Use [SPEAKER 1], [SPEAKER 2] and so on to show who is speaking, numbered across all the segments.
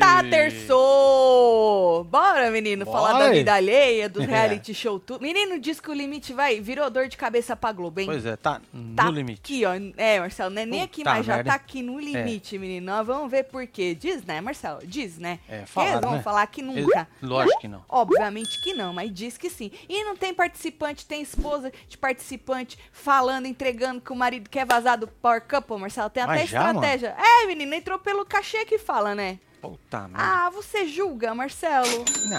[SPEAKER 1] tá, menino, falar da
[SPEAKER 2] Vai.
[SPEAKER 1] vida alheia, do
[SPEAKER 3] É.
[SPEAKER 1] reality show, tudo. Menino, diz que o limite vai, virou dor de cabeça pra Globo, hein?
[SPEAKER 3] Pois é, tá,
[SPEAKER 1] Tá
[SPEAKER 3] no limite.
[SPEAKER 1] aqui, ó. É, Marcelo, não é nem aqui,
[SPEAKER 3] Puta
[SPEAKER 1] mas já
[SPEAKER 3] merda, É.
[SPEAKER 1] tá
[SPEAKER 3] hein?
[SPEAKER 1] aqui no limite, menino. Nós vamos ver por quê. Diz, né, Marcelo? Diz, né?
[SPEAKER 3] É,
[SPEAKER 1] Eles
[SPEAKER 3] falaram,
[SPEAKER 1] vão
[SPEAKER 3] né?
[SPEAKER 1] falar que nunca.
[SPEAKER 3] Eles- Lógico que não.
[SPEAKER 1] Obviamente que não, mas diz que sim. E não tem participante, tem esposa de participante falando, entregando que o marido quer vazar do Power Couple, Marcelo. Tem
[SPEAKER 3] Mas
[SPEAKER 1] até
[SPEAKER 3] já,
[SPEAKER 1] estratégia. É, menina, entrou pelo cachê que fala, né?
[SPEAKER 3] Puta merda.
[SPEAKER 1] Ah, você julga, Marcelo.
[SPEAKER 3] Não.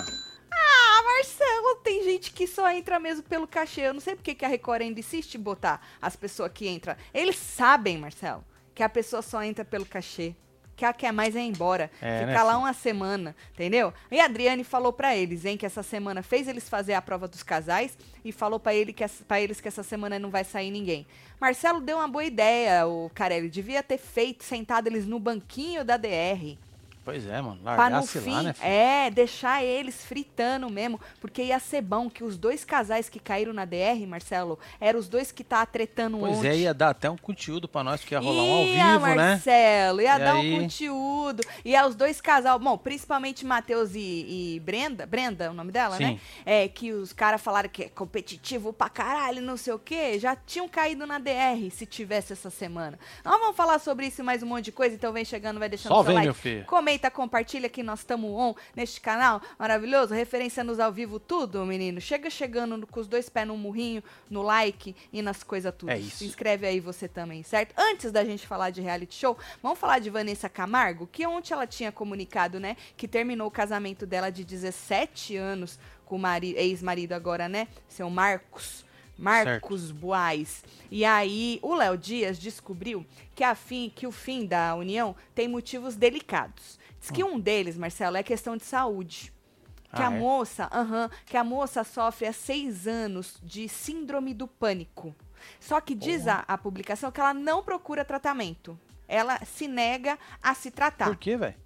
[SPEAKER 1] Ah, Marcelo, tem gente que só entra mesmo pelo cachê. Eu não sei porque que a Record ainda insiste em botar as pessoas que entram. Eles sabem, Marcelo, que a pessoa só entra pelo cachê. Que a quer mais é ir embora.
[SPEAKER 3] É,
[SPEAKER 1] Ficar
[SPEAKER 3] né,
[SPEAKER 1] lá
[SPEAKER 3] filho?
[SPEAKER 1] uma semana, entendeu? E a Adriane falou pra eles, hein, que essa semana fez eles fazer a prova dos casais e falou pra ele que para eles que essa semana não vai sair ninguém. Marcelo deu uma boa ideia, o Carelli devia ter feito sentado eles no banquinho da DR.
[SPEAKER 3] Pois é, mano.
[SPEAKER 1] Pra no
[SPEAKER 3] Largasse
[SPEAKER 1] fim,
[SPEAKER 3] lá, né? filho?
[SPEAKER 1] é, deixar eles fritando mesmo, porque ia ser bom que os dois casais que caíram na DR, Marcelo, eram os dois que tá tretando
[SPEAKER 3] Pois
[SPEAKER 1] ontem.
[SPEAKER 3] é, ia dar até um conteúdo pra nós, que ia rolar um ao
[SPEAKER 1] Ia,
[SPEAKER 3] vivo, né?
[SPEAKER 1] Marcelo, ia
[SPEAKER 3] E
[SPEAKER 1] dar um
[SPEAKER 3] aí?
[SPEAKER 1] conteúdo. Ia os dois casal, bom, principalmente Matheus e, e Brenda, Brenda é o nome dela, né?
[SPEAKER 3] Sim.
[SPEAKER 1] É, que os caras falaram que é competitivo pra caralho, não sei o quê, já tinham caído na DR se tivesse essa semana. Nós vamos falar sobre isso e mais um monte de coisa, então vem chegando, vai deixando
[SPEAKER 3] Só
[SPEAKER 1] seu
[SPEAKER 3] vem,
[SPEAKER 1] like.
[SPEAKER 3] meu filho.
[SPEAKER 1] Comenta, compartilha que nós estamos on neste canal maravilhoso, referência nos ao vivo tudo, menino. Chega chegando no- com os dois pés no murrinho, no like e nas coisas tudo.
[SPEAKER 3] É isso.
[SPEAKER 1] Se inscreve aí você também, certo? Antes da gente falar de reality show, vamos falar de Vanessa Camargo, que ontem ela tinha comunicado, né, que terminou o casamento dela de 17 anos com o mari- ex-marido agora, né, seu Marcos. Marcos Buais. E aí, o Léo Dias descobriu que, a fim, que o fim da união tem motivos delicados. Diz que um deles, Marcelo, é questão de saúde. Que
[SPEAKER 3] Hum. Ah,
[SPEAKER 1] a
[SPEAKER 3] é?
[SPEAKER 1] moça, aham, que a moça sofre há seis anos de síndrome do pânico. Só que diz a, a publicação que ela não procura tratamento. Ela se nega a se tratar.
[SPEAKER 3] Por quê, velho?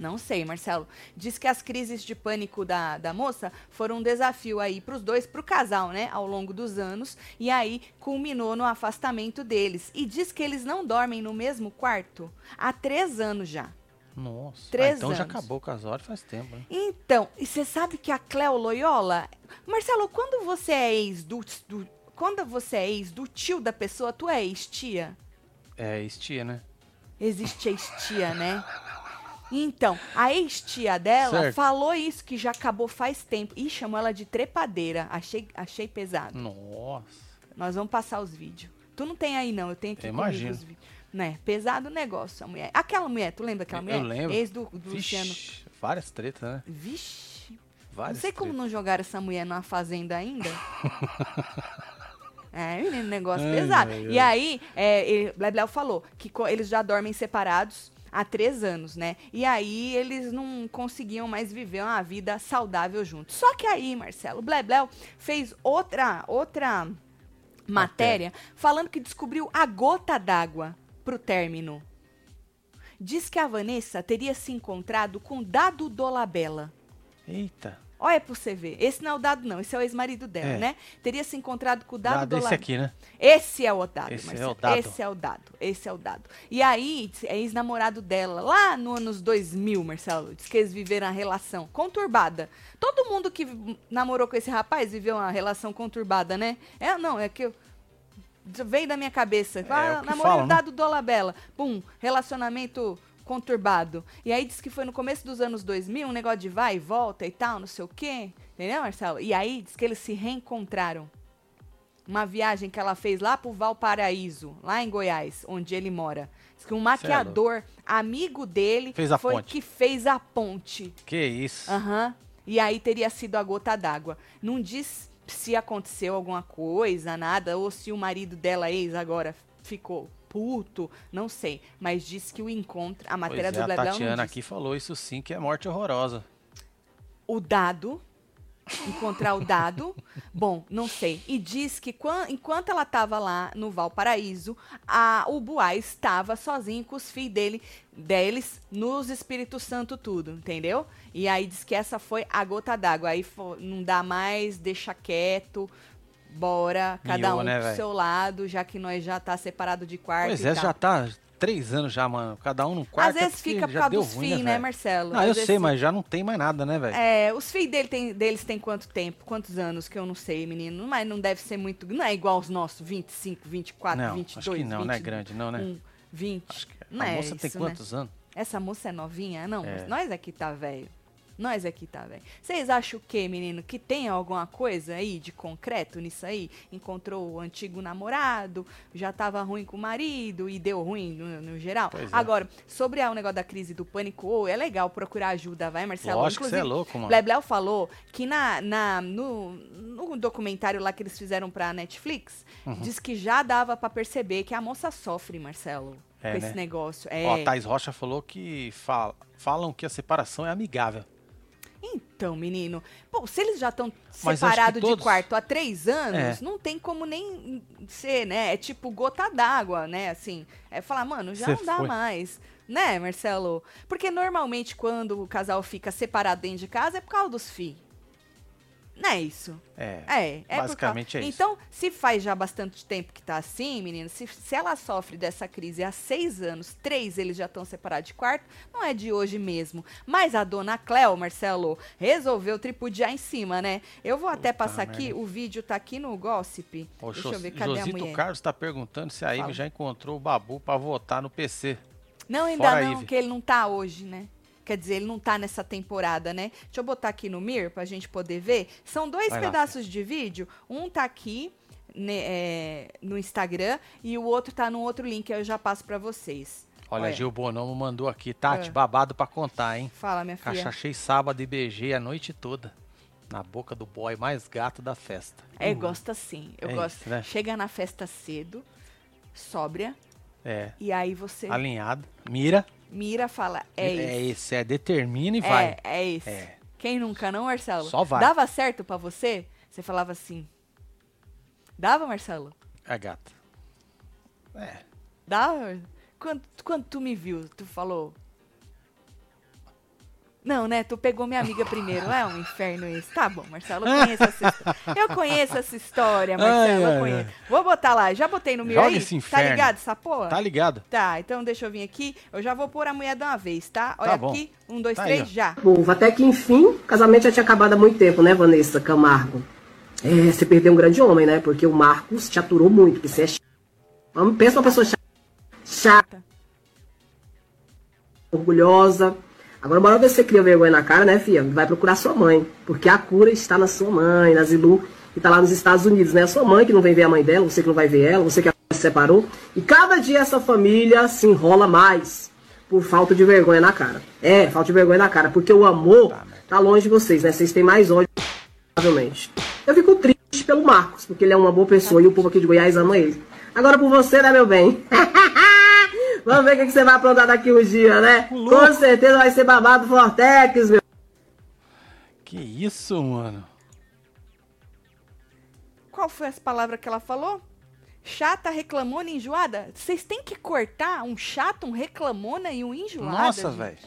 [SPEAKER 1] Não sei, Marcelo. Diz que as crises de pânico da, da moça foram um desafio aí pros dois, pro casal, né, ao longo dos anos. E aí culminou no afastamento deles. E diz que eles não dormem no mesmo quarto há três anos já.
[SPEAKER 3] Nossa. Ah,
[SPEAKER 1] Três
[SPEAKER 3] então já
[SPEAKER 1] anos.
[SPEAKER 3] acabou o casório faz tempo, né?
[SPEAKER 1] Então, e você sabe que a Cleo Loyola. Marcelo, quando você é ex do, do- Quando você é ex do tio da pessoa, tu é ex-tia?
[SPEAKER 3] É, estia, né?
[SPEAKER 1] Existe a ex-tia, né? Então, a ex-tia dela
[SPEAKER 3] Certo.
[SPEAKER 1] falou isso que já acabou faz tempo. E chamou ela de trepadeira. Achei, achei pesado.
[SPEAKER 3] Nossa.
[SPEAKER 1] Nós vamos passar os vídeos. Tu não tem aí, não. Eu tenho aqui
[SPEAKER 3] Eu
[SPEAKER 1] comigo
[SPEAKER 3] imagino.
[SPEAKER 1] os vídeos. Né? Pesado o negócio, a mulher. Aquela mulher, tu lembra aquela
[SPEAKER 3] Eu
[SPEAKER 1] mulher?
[SPEAKER 3] lembro.
[SPEAKER 1] Ex do, do
[SPEAKER 3] Vixe,
[SPEAKER 1] Luciano.
[SPEAKER 3] várias tretas, né?
[SPEAKER 1] Vixe.
[SPEAKER 3] Várias
[SPEAKER 1] não sei como
[SPEAKER 3] tretas.
[SPEAKER 1] não jogaram essa mulher numa fazenda ainda. É, menino, negócio
[SPEAKER 3] Ai,
[SPEAKER 1] pesado.
[SPEAKER 3] ai,
[SPEAKER 1] E aí, é, ele- Bleblau falou que co- eles já dormem separados há três anos, né? E aí eles não conseguiam mais viver uma vida saudável juntos. Só que aí, Marcelo, Bleblau fez outra, outra matéria falando que descobriu a gota d'água pro término. Diz que a Vanessa teria se encontrado com Dado Dolabella.
[SPEAKER 3] Eita.
[SPEAKER 1] Olha pra você ver. Esse não é o dado, não. Esse é o ex-marido dela,
[SPEAKER 3] É.
[SPEAKER 1] né? Teria se encontrado com o dado,
[SPEAKER 3] Dado
[SPEAKER 1] do
[SPEAKER 3] esse
[SPEAKER 1] lado.
[SPEAKER 3] aqui, né?
[SPEAKER 1] Esse é o dado,
[SPEAKER 3] Esse é
[SPEAKER 1] Marcelo.
[SPEAKER 3] o dado.
[SPEAKER 1] Esse é o dado. Esse é o dado. E aí, diz- é ex-namorado dela, lá no anos 2000, Marcelo, diz que eles viveram a relação conturbada. Todo mundo que vi- namorou com esse rapaz viveu uma relação conturbada, né? É, não, é que eu... Veio da minha cabeça.
[SPEAKER 3] o
[SPEAKER 1] ah,
[SPEAKER 3] que
[SPEAKER 1] namorei
[SPEAKER 3] falam,
[SPEAKER 1] o
[SPEAKER 3] né?
[SPEAKER 1] dado Dolabella. Pum, relacionamento conturbado. E aí diz que foi no começo dos anos 2000, um negócio de vai e volta e tal, não sei o quê. Entendeu, Marcelo? E aí diz que eles se reencontraram. Uma viagem que ela fez lá pro Valparaíso, lá em Goiás, onde ele mora. Diz que um maquiador, amigo dele,
[SPEAKER 3] é Fez a
[SPEAKER 1] foi
[SPEAKER 3] ponte.
[SPEAKER 1] que fez a ponte.
[SPEAKER 3] Que isso.
[SPEAKER 1] Aham. E aí teria sido a gota d'água. Não diz se aconteceu alguma coisa, nada, ou se o marido dela, ex, agora ficou puto, não sei. Mas diz que o encontro, a
[SPEAKER 3] Pois
[SPEAKER 1] matéria
[SPEAKER 3] é,
[SPEAKER 1] do
[SPEAKER 3] a
[SPEAKER 1] Blá Blá não
[SPEAKER 3] Tatiana
[SPEAKER 1] diz.
[SPEAKER 3] aqui falou isso sim, que é morte horrorosa.
[SPEAKER 1] O dado, encontrar o dado, bom, não sei. E diz que quan- enquanto ela estava lá no Valparaíso, a, o Buá estava sozinho com os filhos dele, deles, nos Espírito Santo tudo, entendeu? E aí diz que essa foi a gota d'água. Aí fo- não dá mais, deixa quieto, bora, cada
[SPEAKER 3] Miou,
[SPEAKER 1] um
[SPEAKER 3] né,
[SPEAKER 1] pro
[SPEAKER 3] véi?
[SPEAKER 1] seu lado, já que nós já tá separado de quarto
[SPEAKER 3] Pois
[SPEAKER 1] e
[SPEAKER 3] é,
[SPEAKER 1] tal.
[SPEAKER 3] já tá três anos já, mano. Cada um num quarto.
[SPEAKER 1] Às vezes fica por causa dos fins, né, Marcelo?
[SPEAKER 3] Marcelo? Não,
[SPEAKER 1] Às
[SPEAKER 3] eu
[SPEAKER 1] vezes
[SPEAKER 3] sei,
[SPEAKER 1] fica.
[SPEAKER 3] mas já não tem mais nada, né, velho?
[SPEAKER 1] É, os filhos dele tem, deles tem quanto tempo? Quantos anos? Que eu não sei, menino. Mas não deve ser muito. Não é igual aos nossos, 25, 24,
[SPEAKER 3] não,
[SPEAKER 1] 22,
[SPEAKER 3] acho que não,
[SPEAKER 1] 20,
[SPEAKER 3] não é grande, não, né?
[SPEAKER 1] 20.
[SPEAKER 3] Acho que
[SPEAKER 1] um, não
[SPEAKER 3] a
[SPEAKER 1] é
[SPEAKER 3] moça tem
[SPEAKER 1] isso, né?
[SPEAKER 3] quantos anos?
[SPEAKER 1] Essa moça é novinha? Não,
[SPEAKER 3] É.
[SPEAKER 1] nós aqui tá velho. Nós aqui tá velho. Vocês acham o quê, menino? Que tem alguma coisa aí de concreto nisso aí? Encontrou o antigo namorado, já tava ruim com o marido e deu ruim no, no geral?
[SPEAKER 3] Pois é.
[SPEAKER 1] Agora, sobre ah, o negócio da crise do pânico, ô, é legal procurar ajuda, vai, Marcelo?
[SPEAKER 3] Lógico que você é
[SPEAKER 1] Inclusive,
[SPEAKER 3] louco, mano.
[SPEAKER 1] Blebleu falou que na, na- no, no documentário lá que eles fizeram pra Netflix,
[SPEAKER 3] Uhum.
[SPEAKER 1] diz que já dava pra perceber que a moça sofre, Marcelo,
[SPEAKER 3] É,
[SPEAKER 1] com esse
[SPEAKER 3] né?
[SPEAKER 1] negócio.
[SPEAKER 3] Ó,
[SPEAKER 1] É.
[SPEAKER 3] a Thais Rocha falou que fala- falam que a separação é amigável.
[SPEAKER 1] Então, menino, pô, se eles já estão
[SPEAKER 3] Mas acho
[SPEAKER 1] separados
[SPEAKER 3] que
[SPEAKER 1] de
[SPEAKER 3] todos-
[SPEAKER 1] quarto há três anos,
[SPEAKER 3] É.
[SPEAKER 1] não tem como nem ser, né? É tipo gota d'água, né? Assim, é falar, mano, já
[SPEAKER 3] Cê
[SPEAKER 1] não dá
[SPEAKER 3] foi.
[SPEAKER 1] mais. Né, Marcelo? Porque normalmente quando o casal fica separado dentro de casa é por causa dos filhos. Não é isso?
[SPEAKER 3] É.
[SPEAKER 1] É, é
[SPEAKER 3] Basicamente
[SPEAKER 1] por causa-
[SPEAKER 3] é isso.
[SPEAKER 1] Então, se faz já bastante tempo que tá assim, menino, se, se ela sofre dessa crise há seis anos, três eles já estão separados de quarto, não é de hoje mesmo. Mas a dona Cléo, Marcelo, resolveu tripudiar em cima, né? Eu vou até passar aqui,
[SPEAKER 3] merda.
[SPEAKER 1] o vídeo tá aqui no Gossip.
[SPEAKER 3] O
[SPEAKER 1] Deixa eu ver, cadê a
[SPEAKER 3] Josito
[SPEAKER 1] mulher?
[SPEAKER 3] Carlos tá perguntando se a
[SPEAKER 1] Fala.
[SPEAKER 3] Ivy já encontrou o Babu pra votar no PC.
[SPEAKER 1] Não, ainda
[SPEAKER 3] Fora
[SPEAKER 1] não,
[SPEAKER 3] Ive.
[SPEAKER 1] que ele não tá hoje, né? Quer dizer, ele não tá nessa temporada, né? Deixa eu botar aqui no Mir pra gente poder ver. São dois
[SPEAKER 3] Vai lá,
[SPEAKER 1] pedaços de vídeo. Um tá aqui né, é, no Instagram e o outro tá num outro link. Eu já passo pra vocês.
[SPEAKER 3] Olha,
[SPEAKER 1] Olha.
[SPEAKER 3] Gil Bonomo mandou aqui. Tati,
[SPEAKER 1] É.
[SPEAKER 3] babado pra contar, hein?
[SPEAKER 1] Fala, minha filha.
[SPEAKER 3] Cachachei sábado e beijei a noite toda. Na boca do boy mais gato da festa.
[SPEAKER 1] É, gosta sim. Eu
[SPEAKER 3] É
[SPEAKER 1] gosto.
[SPEAKER 3] isso, né?
[SPEAKER 1] Chega na festa cedo, sóbria,
[SPEAKER 3] É.
[SPEAKER 1] e aí você
[SPEAKER 3] Alinhado. Mira.
[SPEAKER 1] mira fala, é,
[SPEAKER 3] É
[SPEAKER 1] isso.
[SPEAKER 3] esse, é. Determina e
[SPEAKER 1] É,
[SPEAKER 3] vai.
[SPEAKER 1] é esse.
[SPEAKER 3] É.
[SPEAKER 1] Quem nunca não, Marcelo?
[SPEAKER 3] Só vai.
[SPEAKER 1] Dava certo pra você? Você falava assim. Dava, Marcelo?
[SPEAKER 3] É gato. É.
[SPEAKER 1] Dava? Quando, quando tu me viu, tu falou. Não, né? Tu pegou minha amiga primeiro. É um inferno isso. Tá bom, Marcelo, eu conheço essa história. Eu conheço essa história, Marcelo.
[SPEAKER 3] Ai,
[SPEAKER 1] eu
[SPEAKER 3] ai,
[SPEAKER 1] conheço. Vou botar lá. Já botei no meu
[SPEAKER 3] Joga
[SPEAKER 1] aí?
[SPEAKER 3] esse
[SPEAKER 1] Tá
[SPEAKER 3] inferno.
[SPEAKER 1] ligado essa porra?
[SPEAKER 3] Tá ligado?
[SPEAKER 1] Tá, então deixa eu vir aqui. Eu já vou pôr a mulher de uma vez, tá? Olha
[SPEAKER 3] bom.
[SPEAKER 1] aqui. Um, dois,
[SPEAKER 3] Tá aí,
[SPEAKER 1] três,
[SPEAKER 3] ó.
[SPEAKER 1] já.
[SPEAKER 2] Bom, até que enfim, o casamento já tinha acabado há muito tempo, né, Vanessa Camargo? É, você perdeu um grande homem, né? Porque o Marcos te aturou muito, porque você é chata. Vamos, pensa uma pessoa chata. Chata. Orgulhosa. Agora, bora ver se você cria vergonha na cara, né, filha? Vai procurar sua mãe. Porque a cura está na sua mãe, na Zilu, que tá lá nos Estados Unidos, né? A sua mãe que não vem ver a mãe dela, você que não vai ver ela, você que se separou. E cada dia essa família se enrola mais por falta de vergonha na cara. É, falta de vergonha na cara, porque o amor tá longe de vocês, né? Vocês têm mais ódio, provavelmente. Eu fico triste pelo Marcos, porque ele é uma boa pessoa e o povo aqui de Goiás ama ele. Agora por você, né, meu bem? Vamos ver o que que você vai aprontar daqui uns dias, né? Com certeza vai ser babado Fortex, meu.
[SPEAKER 3] Que isso, mano.
[SPEAKER 1] Qual foi as palavras que ela falou? Chata, reclamona, e enjoada? Vocês têm que cortar um chato, um reclamona e um enjoada?
[SPEAKER 3] Nossa,
[SPEAKER 1] gente?
[SPEAKER 3] velho.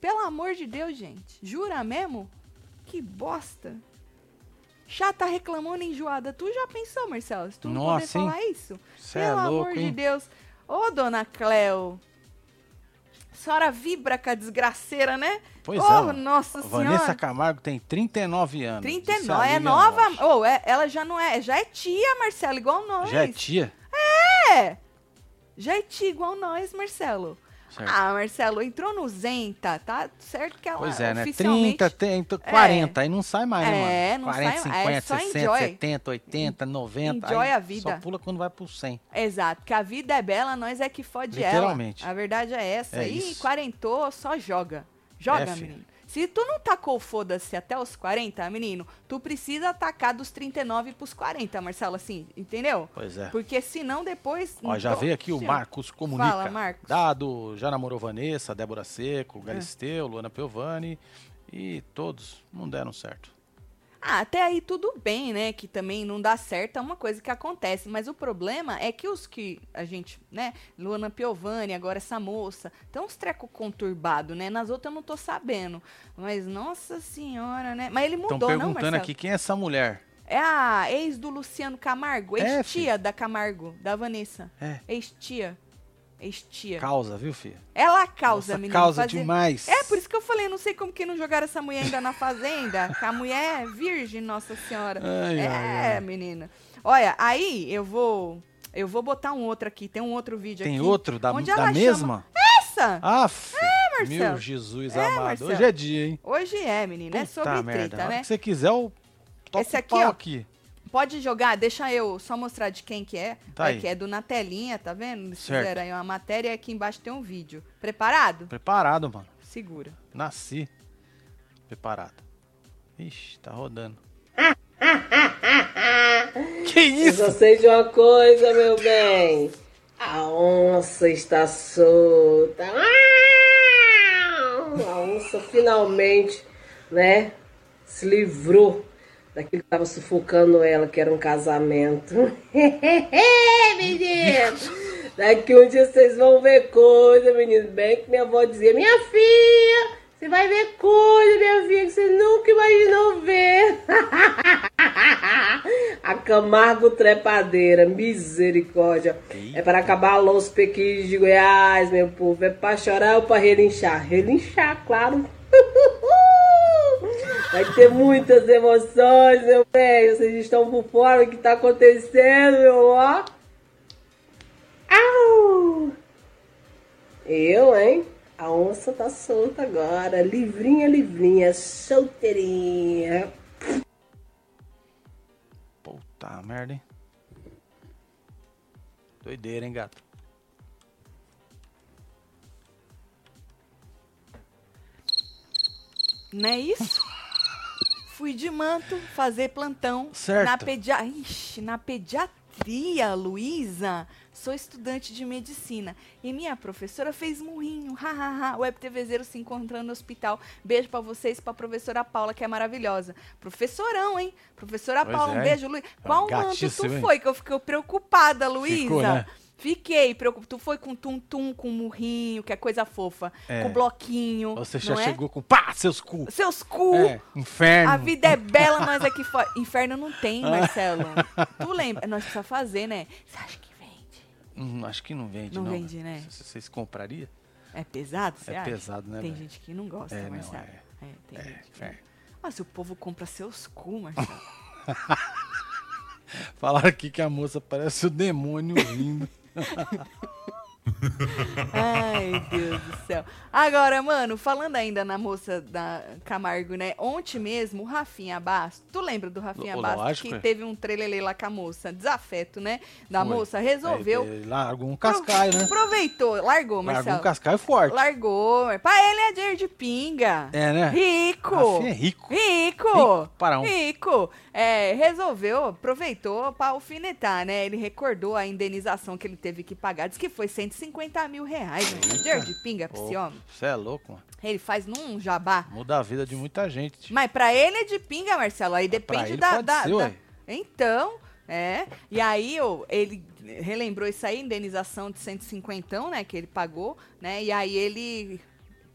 [SPEAKER 1] Pelo amor de Deus, gente. Jura mesmo? Que bosta. Chata, reclamona, e enjoada. Tu já pensou, Marcelo? Se tu não
[SPEAKER 3] Nossa,
[SPEAKER 1] poder
[SPEAKER 3] hein?
[SPEAKER 1] falar isso?
[SPEAKER 3] Cê é
[SPEAKER 1] Pelo amor
[SPEAKER 3] louco,
[SPEAKER 1] de
[SPEAKER 3] hein?
[SPEAKER 1] Deus. Ô, dona Cleo. A senhora vibra com a desgraceira, né?
[SPEAKER 3] Pois
[SPEAKER 1] Ô,
[SPEAKER 3] é. mano.
[SPEAKER 1] nossa senhora.
[SPEAKER 3] Vanessa Camargo tem 39 anos. Isso
[SPEAKER 1] 39, é
[SPEAKER 3] alivia
[SPEAKER 1] nova.
[SPEAKER 3] nós.
[SPEAKER 1] Ou é, ela já não é, já é tia, Marcelo, igual nós.
[SPEAKER 3] Já é tia?
[SPEAKER 1] É. Já é tia igual nós, Marcelo.
[SPEAKER 3] Certo.
[SPEAKER 1] Ah, Marcelo, entrou no Zenta, tá certo que ela
[SPEAKER 3] Pois é, né?
[SPEAKER 1] oficialmente
[SPEAKER 3] 30, tem, então 40, aí não sai mais,
[SPEAKER 1] É,
[SPEAKER 3] né, mano?
[SPEAKER 1] não sai mais,
[SPEAKER 3] 40, 50,
[SPEAKER 1] é só
[SPEAKER 3] 60,
[SPEAKER 1] enjoy.
[SPEAKER 3] 70, 80, 90.
[SPEAKER 1] Enjoy
[SPEAKER 3] aí
[SPEAKER 1] a vida.
[SPEAKER 3] Só pula quando vai pro 100.
[SPEAKER 1] Exato, que a vida é bela, nós é que fode ela.
[SPEAKER 3] Literalmente.
[SPEAKER 1] A verdade é essa.
[SPEAKER 3] É
[SPEAKER 1] e
[SPEAKER 3] isso.
[SPEAKER 1] quarentou, só joga. Joga,
[SPEAKER 3] É, filho.
[SPEAKER 1] menino. Se tu não tacou o foda-se até os 40, menino, tu precisa atacar dos 39 pros 40, Marcelo, assim, entendeu?
[SPEAKER 3] Pois é.
[SPEAKER 1] Porque senão depois.
[SPEAKER 3] Ó, já
[SPEAKER 1] Então,
[SPEAKER 3] veio aqui o
[SPEAKER 1] sim,
[SPEAKER 3] Marcos Comunica.
[SPEAKER 1] Fala, Marcos. É.
[SPEAKER 3] Dado, já namorou Vanessa, Débora Seco, Galisteu, Luana Piovani e todos não deram certo.
[SPEAKER 1] Ah, até aí tudo bem, né? Que também não dá certo, é uma coisa que acontece. Mas o problema é que os que a gente, né? Luana Piovani, agora essa moça, tem uns treco conturbado, né? Nas outras eu não tô sabendo. Mas, nossa senhora, né? Mas ele
[SPEAKER 3] Estão
[SPEAKER 1] mudou, não,
[SPEAKER 3] perguntando
[SPEAKER 1] Marcelo?
[SPEAKER 3] aqui quem é essa mulher.
[SPEAKER 1] É a ex do Luciano Camargo,
[SPEAKER 3] É,
[SPEAKER 1] ex-tia da Camargo, da Vanessa.
[SPEAKER 3] É.
[SPEAKER 1] Ex-tia. Ex-tia.
[SPEAKER 3] Causa, viu, filho?
[SPEAKER 1] Ela causa,
[SPEAKER 3] Nossa,
[SPEAKER 1] menino.
[SPEAKER 3] causa
[SPEAKER 1] fazer-
[SPEAKER 3] demais.
[SPEAKER 1] É, por isso que eu falei, eu não sei como que não jogaram essa mulher ainda na fazenda. que a mulher é virgem, nossa senhora.
[SPEAKER 3] Ai,
[SPEAKER 1] é,
[SPEAKER 3] ai,
[SPEAKER 1] menina. Olha, aí eu vou. Eu vou botar um outro aqui. Tem um outro vídeo
[SPEAKER 3] Tem
[SPEAKER 1] aqui.
[SPEAKER 3] outro da,
[SPEAKER 1] Onde
[SPEAKER 3] da
[SPEAKER 1] ela chama-
[SPEAKER 3] mesma?
[SPEAKER 1] Essa!
[SPEAKER 3] Aff,
[SPEAKER 1] Marcelo.
[SPEAKER 3] meu Jesus
[SPEAKER 1] É,
[SPEAKER 3] amado.
[SPEAKER 1] Marcelo.
[SPEAKER 3] Hoje é dia, hein?
[SPEAKER 1] Hoje é, menina. é
[SPEAKER 3] Puta
[SPEAKER 1] sobre
[SPEAKER 3] merda.
[SPEAKER 1] treta,
[SPEAKER 3] A hora
[SPEAKER 1] né?
[SPEAKER 3] que você quiser, eu toco
[SPEAKER 1] Esse
[SPEAKER 3] Esse
[SPEAKER 1] aqui,
[SPEAKER 3] aqui,
[SPEAKER 1] ó.
[SPEAKER 3] aqui.
[SPEAKER 1] Pode jogar, deixa eu só mostrar de quem que é.
[SPEAKER 3] Tá
[SPEAKER 1] Olha
[SPEAKER 3] aí.
[SPEAKER 1] Que é do Na Telinha, tá vendo? Eles
[SPEAKER 3] Certo.
[SPEAKER 1] fizeram aí uma matéria e aqui embaixo tem um vídeo. Preparado?
[SPEAKER 3] Preparado, mano.
[SPEAKER 1] Segura.
[SPEAKER 3] Nasci preparado. Ixi, tá rodando. que
[SPEAKER 2] Eu
[SPEAKER 3] isso?
[SPEAKER 2] só sei de uma coisa, meu bem. A onça está solta. Uau! A onça finalmente, né, se livrou daquilo que estava sufocando ela, que era um casamento. menino! Daqui um dia vocês vão ver coisa, menino. Bem que minha avó dizia, minha filha, você vai ver coisa, minha filha, que você nunca imaginou ver. A Camargo Trepadeira, misericórdia. É para acabar los pequis de Goiás, meu povo. É para chorar ou para relinchar? Relinchar, claro. Vai ter muitas emoções, meu bem. Vocês estão por fora do que tá acontecendo, meu ó. Au! Eu, hein? A onça tá solta agora. Livrinha, livrinha, solteirinha.
[SPEAKER 3] Puta merda, hein? Doideira, hein, gato?
[SPEAKER 1] Não é isso? Fui de manto fazer plantão
[SPEAKER 3] Certo.
[SPEAKER 1] na pedia... Ixi, na pediatria, Luísa. Sou estudante de medicina e minha professora fez murrinho. Hahaha. Web TV Zero se encontrando no hospital. Beijo pra vocês, pra professora Paula, que é maravilhosa. Professorão, hein? Professora
[SPEAKER 3] Pois
[SPEAKER 1] Paula, um
[SPEAKER 3] é,
[SPEAKER 1] beijo, Luísa. Qual manto
[SPEAKER 3] gatíssimo,
[SPEAKER 1] tu
[SPEAKER 3] hein?
[SPEAKER 1] foi que eu fiquei preocupada, Luísa?
[SPEAKER 3] Ficou, né?
[SPEAKER 1] Fiquei preocupada. Tu foi com tum-tum, com murrinho, que é coisa fofa.
[SPEAKER 3] É.
[SPEAKER 1] Com bloquinho.
[SPEAKER 3] Você já
[SPEAKER 1] não é?
[SPEAKER 3] chegou com pá, seus cu.
[SPEAKER 1] Seus cu!
[SPEAKER 3] É, inferno.
[SPEAKER 1] A vida é bela, nós aqui fora. Inferno não tem, Marcelo. tu lembra? Nós precisamos fazer, né? Você acha que vende?
[SPEAKER 3] Hum, acho que não vende,
[SPEAKER 1] Não
[SPEAKER 3] não.
[SPEAKER 1] vende, né?
[SPEAKER 3] C- Vocês comprariam?
[SPEAKER 1] É pesado, você
[SPEAKER 3] É
[SPEAKER 1] acha?
[SPEAKER 3] pesado, né,
[SPEAKER 1] Tem
[SPEAKER 3] velho?
[SPEAKER 1] gente que não gosta,
[SPEAKER 3] É, não,
[SPEAKER 1] Marcelo.
[SPEAKER 3] é.
[SPEAKER 1] é, tem
[SPEAKER 3] É,
[SPEAKER 1] gente.
[SPEAKER 3] inferno.
[SPEAKER 1] Mas o povo compra seus cu, Marcelo.
[SPEAKER 3] Falaram aqui que a moça parece o demônio rindo.
[SPEAKER 1] Ai, Deus do céu. Agora, mano, falando ainda na moça da Camargo, né? Ontem mesmo, o Rafinha Bastos, tu lembra do Rafinha
[SPEAKER 3] Lo-
[SPEAKER 1] Bastos
[SPEAKER 3] lógico,
[SPEAKER 1] que
[SPEAKER 3] é.
[SPEAKER 1] teve um trelelê lá com a moça, desafeto, né? Da
[SPEAKER 3] Foi.
[SPEAKER 1] moça, resolveu.
[SPEAKER 3] Aí, largou um cascaio, né?
[SPEAKER 1] Aproveitou, largou,
[SPEAKER 3] Largou um
[SPEAKER 1] Marcelo.
[SPEAKER 3] cascaio forte.
[SPEAKER 1] Largou. Pra ele é dinheiro de pinga.
[SPEAKER 3] É, né?
[SPEAKER 1] Rico.
[SPEAKER 3] Rafinha é rico.
[SPEAKER 1] Rico.
[SPEAKER 3] Rico para um.
[SPEAKER 1] Rico. É, resolveu, aproveitou pra alfinetar, né? Ele recordou a indenização que ele teve que pagar. Diz que foi 150 mil reais. Né? Dinheiro de pinga pra esse homem.
[SPEAKER 3] Você é louco, mano.
[SPEAKER 1] Ele faz num jabá.
[SPEAKER 3] Muda a vida de muita gente.
[SPEAKER 1] Mas pra ele é de pinga, Marcelo. Aí
[SPEAKER 3] pra
[SPEAKER 1] depende
[SPEAKER 3] ele
[SPEAKER 1] da.
[SPEAKER 3] pode
[SPEAKER 1] da-
[SPEAKER 3] ser,
[SPEAKER 1] da-
[SPEAKER 3] ué.
[SPEAKER 1] Então, é. E aí, ô, ele relembrou isso aí, indenização de 150, né? Que ele pagou, né? E aí ele.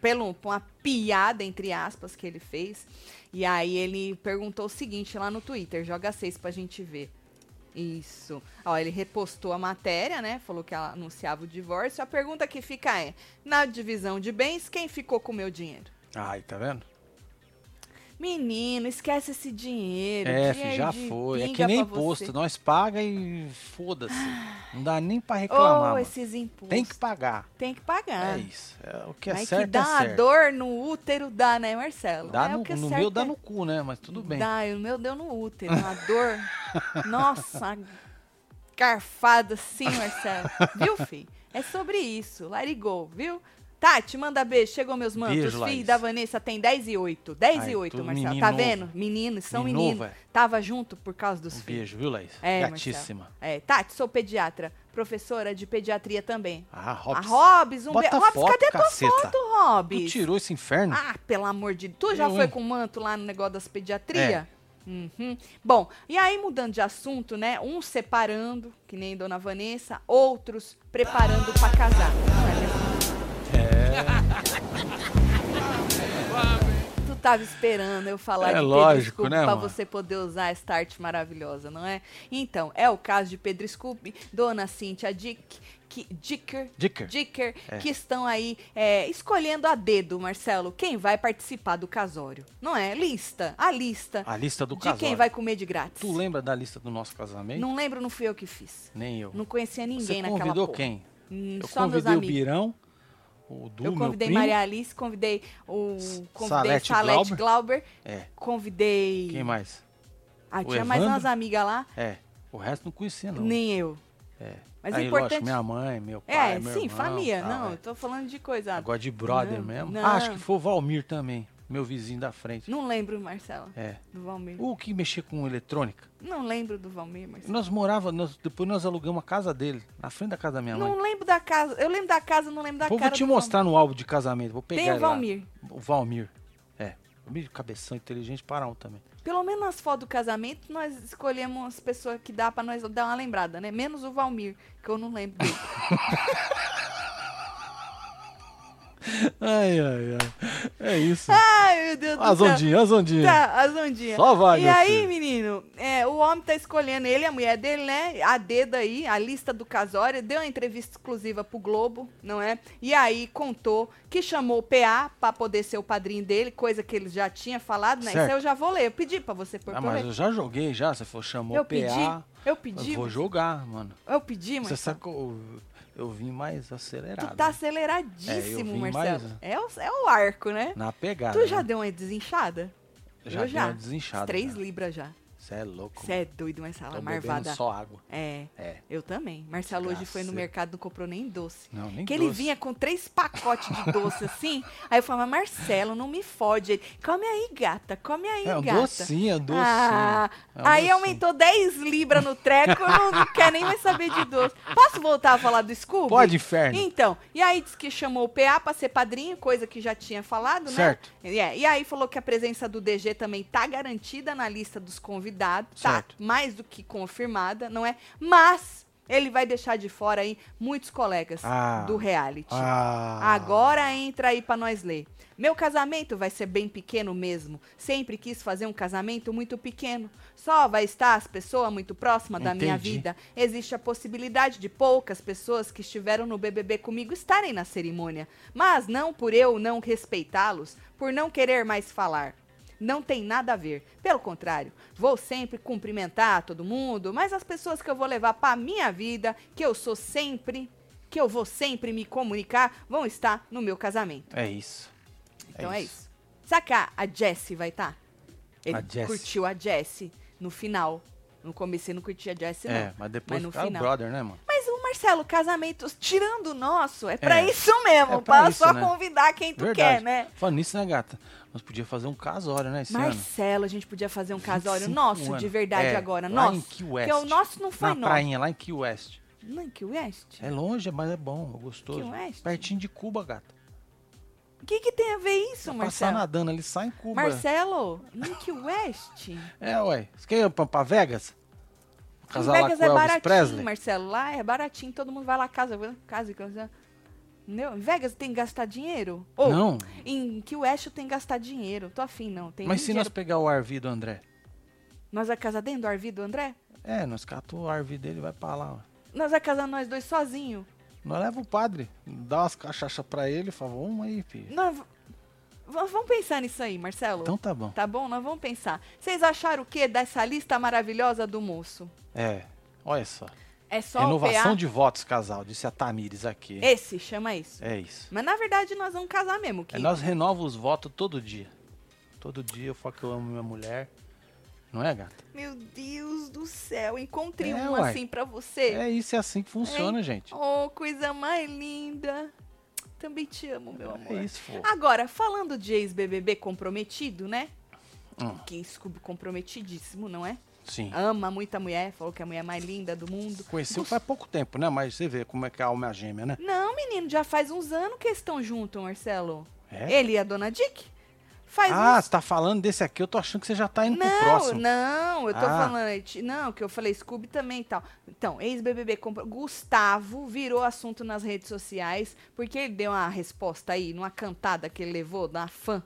[SPEAKER 1] Pelo, por uma piada, entre aspas, que ele fez. E aí ele perguntou o seguinte lá no Twitter, joga seis pra gente ver. Isso. Ó, ele repostou a matéria, né? Falou que ela anunciava o divórcio. A pergunta que fica é: na divisão de bens, quem ficou com o meu dinheiro?
[SPEAKER 3] Ai, tá vendo?
[SPEAKER 1] Menino, esquece esse dinheiro.
[SPEAKER 3] É,
[SPEAKER 1] dinheiro
[SPEAKER 3] fi, já
[SPEAKER 1] de
[SPEAKER 3] foi. É
[SPEAKER 1] pinga
[SPEAKER 3] que nem
[SPEAKER 1] pra você.
[SPEAKER 3] imposto. Nós paga e foda-se. Não dá nem pra reclamar,
[SPEAKER 1] Oh,
[SPEAKER 3] mano.
[SPEAKER 1] esses impostos.
[SPEAKER 3] Tem que pagar.
[SPEAKER 1] Tem que pagar.
[SPEAKER 3] É isso. É, o que é
[SPEAKER 1] Ah. Mas
[SPEAKER 3] certo
[SPEAKER 1] que dá
[SPEAKER 3] é
[SPEAKER 1] uma
[SPEAKER 3] certo.
[SPEAKER 1] dor no útero, dá, né, Marcelo?
[SPEAKER 3] Dá
[SPEAKER 1] é
[SPEAKER 3] no,
[SPEAKER 1] o que é
[SPEAKER 3] no
[SPEAKER 1] certo
[SPEAKER 3] meu dá
[SPEAKER 1] é-
[SPEAKER 3] no cu, né? Mas tudo bem.
[SPEAKER 1] Dá, e o meu deu no útero. Uma dor. Nossa, carfada sim, Marcelo. Viu, filho? É sobre isso. Larigou, viu? Tati, manda beijo. Chegou meus mantos.
[SPEAKER 3] Beijo,
[SPEAKER 1] Filho
[SPEAKER 3] Laís.
[SPEAKER 1] da Vanessa tem 10 e 8. 10
[SPEAKER 3] Ai,
[SPEAKER 1] e 8,
[SPEAKER 3] tudo
[SPEAKER 1] Marcelo.
[SPEAKER 3] menino
[SPEAKER 1] Tá
[SPEAKER 3] novo.
[SPEAKER 1] vendo? Meninos, são
[SPEAKER 3] Menino
[SPEAKER 1] meninos.
[SPEAKER 3] novo, é.
[SPEAKER 1] Tava junto por causa dos
[SPEAKER 3] Um
[SPEAKER 1] filhos.
[SPEAKER 3] beijo, viu, Laís?
[SPEAKER 1] É, Marcelo.
[SPEAKER 3] Gatíssima.
[SPEAKER 1] É, Tati, sou pediatra, professora de pediatria também.
[SPEAKER 3] Ah, Robson.
[SPEAKER 1] A Hobbs, um
[SPEAKER 3] Bota
[SPEAKER 1] beijo. Hobbs,
[SPEAKER 3] foto,
[SPEAKER 1] cadê tua
[SPEAKER 3] caceta.
[SPEAKER 1] foto,
[SPEAKER 3] Tu
[SPEAKER 1] Hobbs?
[SPEAKER 3] tirou esse inferno?
[SPEAKER 1] Ah, pelo amor de Deus. Tu já
[SPEAKER 3] Eu,
[SPEAKER 1] foi
[SPEAKER 3] hein? É.
[SPEAKER 1] com manto lá no negócio das pediatria? Uhum. Bom, e aí mudando de assunto, né? Uns separando, que nem Dona Vanessa, outros preparando pra casar. É. Tu tava esperando eu falar
[SPEAKER 3] É
[SPEAKER 1] de Pedro
[SPEAKER 3] lógico,
[SPEAKER 1] Scooby
[SPEAKER 3] né,
[SPEAKER 1] pra
[SPEAKER 3] mano?
[SPEAKER 1] você poder usar esta arte maravilhosa, não é? Então, é o caso de Pedro Scooby, Dona Cíntia Dick, que, Dicker,
[SPEAKER 3] Dicker.
[SPEAKER 1] Dicker
[SPEAKER 3] É.
[SPEAKER 1] que estão aí é, escolhendo a dedo, Marcelo, quem vai participar do casório. Não é? Lista, a lista
[SPEAKER 3] A lista do
[SPEAKER 1] Ah, de
[SPEAKER 3] casório.
[SPEAKER 1] quem vai comer de grátis.
[SPEAKER 3] Tu lembra da lista do nosso casamento?
[SPEAKER 1] Não lembro, não fui eu que fiz.
[SPEAKER 3] Nem eu.
[SPEAKER 1] Não conhecia ninguém
[SPEAKER 3] Você
[SPEAKER 1] naquela
[SPEAKER 3] convidou
[SPEAKER 1] porra.
[SPEAKER 3] quem?
[SPEAKER 1] Hum,
[SPEAKER 3] Eu
[SPEAKER 1] Só meus
[SPEAKER 3] convidei o
[SPEAKER 1] amigos.
[SPEAKER 3] Birão, o Du,
[SPEAKER 1] Eu
[SPEAKER 3] meu
[SPEAKER 1] convidei
[SPEAKER 3] primo.
[SPEAKER 1] Maria Alice, convidei o
[SPEAKER 3] S-
[SPEAKER 1] convidei
[SPEAKER 3] Salete
[SPEAKER 1] Salete Glauber,
[SPEAKER 3] É.
[SPEAKER 1] convidei.
[SPEAKER 3] Quem mais?
[SPEAKER 1] Ah,
[SPEAKER 3] O
[SPEAKER 1] tinha mais
[SPEAKER 3] Evandro?
[SPEAKER 1] umas amigas lá,
[SPEAKER 3] É. O resto não conhecia, não.
[SPEAKER 1] nem eu.
[SPEAKER 3] É.
[SPEAKER 1] Mas o
[SPEAKER 3] Aí,
[SPEAKER 1] importante-
[SPEAKER 3] lógico, minha mãe, meu pai,
[SPEAKER 1] É,
[SPEAKER 3] meu
[SPEAKER 1] sim,
[SPEAKER 3] irmão,
[SPEAKER 1] família.
[SPEAKER 3] tal,
[SPEAKER 1] não,
[SPEAKER 3] é.
[SPEAKER 1] eu tô falando de coisa.
[SPEAKER 3] Agora de brother
[SPEAKER 1] Não,
[SPEAKER 3] mesmo.
[SPEAKER 1] não.
[SPEAKER 3] Ah, acho que foi o Valmir também, meu vizinho da frente.
[SPEAKER 1] Não lembro, Marcelo,
[SPEAKER 3] É.
[SPEAKER 1] do Valmir.
[SPEAKER 3] O que mexia com eletrônica.
[SPEAKER 1] Não lembro do Valmir, Marcelo.
[SPEAKER 3] Nós morava, nós- depois nós alugamos a casa dele, na frente da casa da minha mãe.
[SPEAKER 1] Não lembro da casa. Eu lembro da casa, não lembro da
[SPEAKER 3] Vou, vou
[SPEAKER 1] cara.
[SPEAKER 3] te
[SPEAKER 1] do
[SPEAKER 3] mostrar no álbum de casamento, vou pegar
[SPEAKER 1] Tem o
[SPEAKER 3] ele lá.
[SPEAKER 1] Valmir.
[SPEAKER 3] O Valmir. É. Valmir, cabeção inteligente, para um também.
[SPEAKER 1] Valmir. Pelo menos nas fotos do casamento, nós escolhemos as pessoas que dá pra nós dar uma lembrada, né? Menos o Valmir, que eu não lembro dele.
[SPEAKER 3] Ai, ai, ai. É isso.
[SPEAKER 1] Ai, meu Deus
[SPEAKER 3] as
[SPEAKER 1] do céu.
[SPEAKER 3] ondinhas, as ondinhas.
[SPEAKER 1] Ah, Tá, as ondinhas.
[SPEAKER 3] Só vai,
[SPEAKER 1] E
[SPEAKER 3] meu
[SPEAKER 1] aí,
[SPEAKER 3] filho.
[SPEAKER 1] menino, é, o homem tá escolhendo ele, e a mulher dele, né? A dedo aí, a lista do casório, deu uma entrevista exclusiva pro Globo, não é? E aí contou que chamou o PA pra poder ser o padrinho dele, coisa que ele já tinha falado, né?
[SPEAKER 3] Certo.
[SPEAKER 1] Isso eu já vou ler. Eu pedi pra você pôr
[SPEAKER 3] Ah,
[SPEAKER 1] pra eu
[SPEAKER 3] mas
[SPEAKER 1] ler.
[SPEAKER 3] eu já joguei, já. Você falou, chamou
[SPEAKER 1] Eu
[SPEAKER 3] PA.
[SPEAKER 1] pedi, eu pedi.
[SPEAKER 3] vou jogar, mano.
[SPEAKER 1] Eu pedi,
[SPEAKER 3] Você
[SPEAKER 1] mas
[SPEAKER 3] sacou? Eu vim mais acelerado. né?
[SPEAKER 1] tu tá
[SPEAKER 3] É, eu
[SPEAKER 1] aceleradíssimo,
[SPEAKER 3] vim
[SPEAKER 1] Marcelo.
[SPEAKER 3] mais-
[SPEAKER 1] É, o, é o arco, né?
[SPEAKER 3] Na pegada.
[SPEAKER 1] tu já
[SPEAKER 3] né?
[SPEAKER 1] deu uma desinchada?
[SPEAKER 3] Já
[SPEAKER 1] eu
[SPEAKER 3] dei
[SPEAKER 1] já.
[SPEAKER 3] uma desinchada,
[SPEAKER 1] Três
[SPEAKER 3] já.
[SPEAKER 1] libras já.
[SPEAKER 3] Você é louco.
[SPEAKER 1] Você é doido, mas ela
[SPEAKER 3] Tô
[SPEAKER 1] marvada.
[SPEAKER 3] bebendo só água.
[SPEAKER 1] É.
[SPEAKER 3] É.
[SPEAKER 1] Eu também. Marcelo hoje foi no
[SPEAKER 3] Desgraceiro.
[SPEAKER 1] mercado, não comprou nem doce.
[SPEAKER 3] Não, nem
[SPEAKER 1] que ele
[SPEAKER 3] doce.
[SPEAKER 1] vinha com três pacotes de doce assim. Aí eu falava, Marcelo, não me fode. Ele, come aí, gata, come aí,
[SPEAKER 3] É um
[SPEAKER 1] gata.
[SPEAKER 3] docinho, é um docinho.
[SPEAKER 1] Ah,
[SPEAKER 3] É um
[SPEAKER 1] aí
[SPEAKER 3] docinho.
[SPEAKER 1] aumentou 10 libras no treco, eu não, não quer nem mais saber de doce. Posso voltar a falar do Scooby?
[SPEAKER 3] Pode, inferno.
[SPEAKER 1] Então, e aí disse que chamou o PA pra ser padrinho, coisa que já tinha falado,
[SPEAKER 3] Certo.
[SPEAKER 1] né? É, e aí falou que a presença do DG também tá garantida na lista dos convidados, tá
[SPEAKER 3] Certo.
[SPEAKER 1] mais do que confirmada, não é? Mas ele vai deixar de fora aí muitos colegas
[SPEAKER 3] Ah.
[SPEAKER 1] do reality.
[SPEAKER 3] Ah.
[SPEAKER 1] Agora entra aí pra nós ler. Meu casamento vai ser bem pequeno mesmo. Sempre quis fazer um casamento muito pequeno. Só vai estar as pessoas muito próximas da minha
[SPEAKER 3] Entendi.
[SPEAKER 1] vida. Existe a possibilidade de poucas pessoas que estiveram no BBB comigo estarem na cerimônia, mas não por eu não respeitá-los, por não querer mais falar. Não tem nada a ver. Pelo contrário, vou sempre cumprimentar todo mundo, mas as pessoas que eu vou levar pra minha vida, que eu sou sempre, que eu vou sempre me comunicar, vão estar no meu casamento.
[SPEAKER 3] É isso.
[SPEAKER 1] Então é isso. Saca, a Jessie vai estar. Ele
[SPEAKER 3] A Jessie.
[SPEAKER 1] curtiu a Jessie no final. No começo ele não curtia a Jessie, não.
[SPEAKER 3] É, mas depois
[SPEAKER 1] no
[SPEAKER 3] ficaram
[SPEAKER 1] final.
[SPEAKER 3] brother, né, mano?
[SPEAKER 1] Mas o Marcelo, casamento, tirando o nosso, é pra
[SPEAKER 3] É.
[SPEAKER 1] isso mesmo,
[SPEAKER 3] É
[SPEAKER 1] pra,
[SPEAKER 3] pra isso,
[SPEAKER 1] só
[SPEAKER 3] né?
[SPEAKER 1] convidar quem tu
[SPEAKER 3] Verdade.
[SPEAKER 1] quer, né?
[SPEAKER 3] Falando nisso, né, gata? Nós podíamos fazer um casório, né, esse ano?
[SPEAKER 1] Marcelo, a gente podia fazer um casório
[SPEAKER 3] 25
[SPEAKER 1] nosso,
[SPEAKER 3] anos.
[SPEAKER 1] de verdade,
[SPEAKER 3] É,
[SPEAKER 1] agora,
[SPEAKER 3] lá
[SPEAKER 1] nosso.
[SPEAKER 3] em Key
[SPEAKER 1] Porque o
[SPEAKER 3] West.
[SPEAKER 1] nosso não foi
[SPEAKER 3] Na
[SPEAKER 1] nosso.
[SPEAKER 3] prainha, lá em Key West.
[SPEAKER 1] Não, em Key West?
[SPEAKER 3] É longe, mas é bom, é gostoso.
[SPEAKER 1] Key West?
[SPEAKER 3] Pertinho de Cuba, gata.
[SPEAKER 1] O que, que tem a ver isso,
[SPEAKER 3] Passar
[SPEAKER 1] Marcelo?
[SPEAKER 3] nadando ali, sai em Cuba.
[SPEAKER 1] Marcelo, não em Key West?
[SPEAKER 3] É, ué. Você quer ir pra, pra Vegas? Casar
[SPEAKER 1] Em
[SPEAKER 3] lá
[SPEAKER 1] Vegas
[SPEAKER 3] com
[SPEAKER 1] é
[SPEAKER 3] o Elvis
[SPEAKER 1] baratinho,
[SPEAKER 3] Presley?
[SPEAKER 1] Marcelo. Lá é baratinho, todo mundo vai lá, casa, casa, casa. Não, em Vegas tem que gastar dinheiro? Ou,
[SPEAKER 3] Não.
[SPEAKER 1] Em Key West tem que gastar dinheiro. Tô afim, não. Tem um
[SPEAKER 3] Mas
[SPEAKER 1] nem
[SPEAKER 3] se nós
[SPEAKER 1] dinheiro.
[SPEAKER 3] pegar o RV do André?
[SPEAKER 1] Nós vai casar dentro do Arvi do André?
[SPEAKER 3] É, nós catamos o RV dele e vai pra lá, ué.
[SPEAKER 1] Nós vai casar nós dois sozinho?
[SPEAKER 3] Nós leva o padre, dá umas cachaças pra ele, fala, vamos aí, filho.
[SPEAKER 1] Nós... v- Vamos pensar nisso aí, Marcelo.
[SPEAKER 3] Então tá bom.
[SPEAKER 1] Tá bom? Nós vamos pensar. Vocês acharam o que dessa lista maravilhosa do moço?
[SPEAKER 3] É, olha só.
[SPEAKER 1] É só
[SPEAKER 3] Renovação
[SPEAKER 1] o PA?
[SPEAKER 3] de votos, casal, disse a Tamires aqui.
[SPEAKER 1] Esse, chama isso.
[SPEAKER 3] É isso.
[SPEAKER 1] Mas na verdade nós vamos casar mesmo, que
[SPEAKER 3] É, nós renovamos os votos todo dia. Todo dia eu falo que eu amo minha mulher. Não é, gata?
[SPEAKER 1] Meu Deus do céu, encontrei
[SPEAKER 3] É,
[SPEAKER 1] um
[SPEAKER 3] uai.
[SPEAKER 1] assim pra você.
[SPEAKER 3] É isso, é assim que funciona,
[SPEAKER 1] Hein?
[SPEAKER 3] gente.
[SPEAKER 1] Oh, coisa mais linda. Também te amo, meu amor.
[SPEAKER 3] É isso, fofo.
[SPEAKER 1] Agora, falando de ex-BBB comprometido, né?
[SPEAKER 3] Hum.
[SPEAKER 1] Que Scooby comprometidíssimo, não é?
[SPEAKER 3] Sim.
[SPEAKER 1] Ama muita mulher, falou que é a mulher mais linda do mundo.
[SPEAKER 3] Conheceu faz pouco tempo, né? Mas você vê como é que é a alma é gêmea, né?
[SPEAKER 1] Não, menino, já faz uns anos que eles estão juntos, Marcelo.
[SPEAKER 3] É?
[SPEAKER 1] Ele e a dona Dick? Faz
[SPEAKER 3] Ah,
[SPEAKER 1] uns...
[SPEAKER 3] você tá falando desse aqui, eu tô achando que você já tá indo pro
[SPEAKER 1] Não,
[SPEAKER 3] próximo.
[SPEAKER 1] não, eu tô
[SPEAKER 3] Ah.
[SPEAKER 1] falando. ti- Não, que eu falei Scooby também e tal. Então, ex-BBB compra. Gustavo virou assunto nas redes sociais, porque ele deu uma resposta aí, numa cantada que ele levou da fã,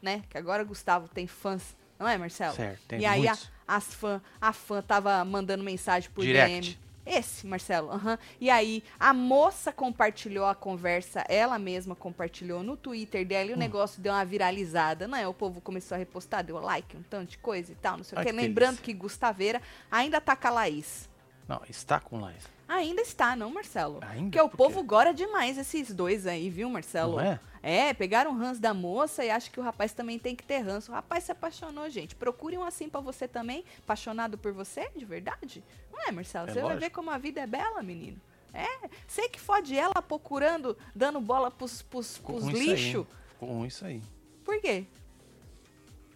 [SPEAKER 1] né? Que agora Gustavo tem fãs, não é, Marcelo?
[SPEAKER 3] Certo, tem
[SPEAKER 1] E aí a,
[SPEAKER 3] muitos.
[SPEAKER 1] as fã, a fã tava mandando mensagem por
[SPEAKER 3] Direct.
[SPEAKER 1] DM. Esse, Marcelo. aham. E aí, a moça compartilhou a conversa, ela mesma compartilhou no Twitter dela e o
[SPEAKER 3] Hum.
[SPEAKER 1] negócio deu uma viralizada, né? O povo começou a repostar, deu like, um tanto de coisa e tal, não sei o
[SPEAKER 3] Ai,
[SPEAKER 1] quê.
[SPEAKER 3] que é
[SPEAKER 1] Lembrando
[SPEAKER 3] delícia.
[SPEAKER 1] que Gustaveira ainda tá com a Laís.
[SPEAKER 3] Não, está com live.
[SPEAKER 1] Ainda está, não, Marcelo?
[SPEAKER 3] Ainda?
[SPEAKER 1] Porque o
[SPEAKER 3] Por quê?
[SPEAKER 1] povo gora demais esses dois aí, viu, Marcelo?
[SPEAKER 3] Não é?
[SPEAKER 1] É, pegaram o ranço da moça e acho que o rapaz também tem que ter ranço. O rapaz se apaixonou, gente. Procure um assim pra você também, apaixonado por você, de verdade. Não é, Marcelo?
[SPEAKER 3] É
[SPEAKER 1] você vai
[SPEAKER 3] lógico.
[SPEAKER 1] ver como a vida é bela, menino. É, sei que fode ela procurando, dando bola pros, pros,
[SPEAKER 3] Ficou
[SPEAKER 1] pros
[SPEAKER 3] ruim isso aí,
[SPEAKER 1] lixo.
[SPEAKER 3] hein? Ficou ruim isso aí.
[SPEAKER 1] Por quê?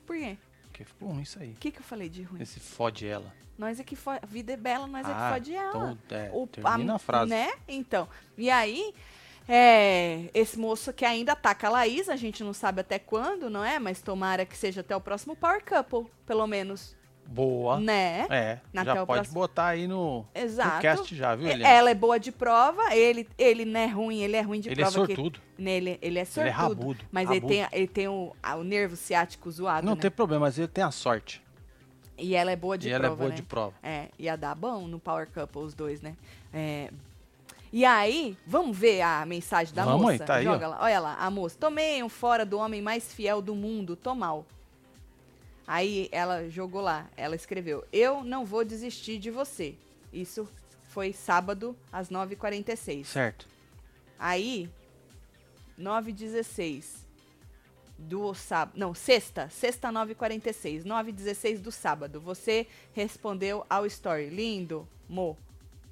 [SPEAKER 1] Por quê?
[SPEAKER 3] Porque ficou ruim isso aí.
[SPEAKER 1] O que, que eu falei de ruim?
[SPEAKER 3] Esse fode ela.
[SPEAKER 1] Nós é que fo... a vida é bela, nós é que
[SPEAKER 3] Ah,
[SPEAKER 1] fode ela.
[SPEAKER 3] então, é,
[SPEAKER 1] O-
[SPEAKER 3] termina a frase.
[SPEAKER 1] Né? Então, e aí, é, esse moço que ainda ataca a Laís, a gente não sabe até quando, não é? Mas tomara que seja até o próximo Power Couple, pelo menos,
[SPEAKER 3] Boa.
[SPEAKER 1] né?
[SPEAKER 3] É,
[SPEAKER 1] Na
[SPEAKER 3] já
[SPEAKER 1] tela
[SPEAKER 3] pode
[SPEAKER 1] próxima.
[SPEAKER 3] botar aí no, no
[SPEAKER 1] Exato.
[SPEAKER 3] É um cast já, viu,
[SPEAKER 1] E-
[SPEAKER 3] Eliane?
[SPEAKER 1] Ela é boa de prova, ele, ele não é ruim, ele é ruim de
[SPEAKER 3] Ele é
[SPEAKER 1] prova. que-
[SPEAKER 3] sortudo.
[SPEAKER 1] né, ele, ele é
[SPEAKER 3] Ele
[SPEAKER 1] sortudo.
[SPEAKER 3] é rabudo.
[SPEAKER 1] Mas
[SPEAKER 3] rabudo.
[SPEAKER 1] ele tem, ele tem o, ah, o nervo ciático zoado,
[SPEAKER 3] Não
[SPEAKER 1] né?
[SPEAKER 3] tem problema, mas ele tem a sorte.
[SPEAKER 1] E ela é boa de
[SPEAKER 3] e
[SPEAKER 1] prova,
[SPEAKER 3] ela é boa
[SPEAKER 1] né?
[SPEAKER 3] de prova.
[SPEAKER 1] É, ia dar bom no Power Couple os dois, né? É. E aí, vamos ver a mensagem da
[SPEAKER 3] Vamos aí,
[SPEAKER 1] moça?
[SPEAKER 3] tá aí,
[SPEAKER 1] Joga lá. Olha lá, a moça. Tomei um fora do homem mais fiel do mundo, Tomal. Aí ela jogou lá, ela escreveu: Eu não vou desistir de você. Isso foi sábado às 9h46.
[SPEAKER 3] Certo.
[SPEAKER 1] Aí, 9h16 do sábado. Não, sexta. Sexta, 9h46. 9h16 do sábado. Você respondeu ao story. Lindo, Mo.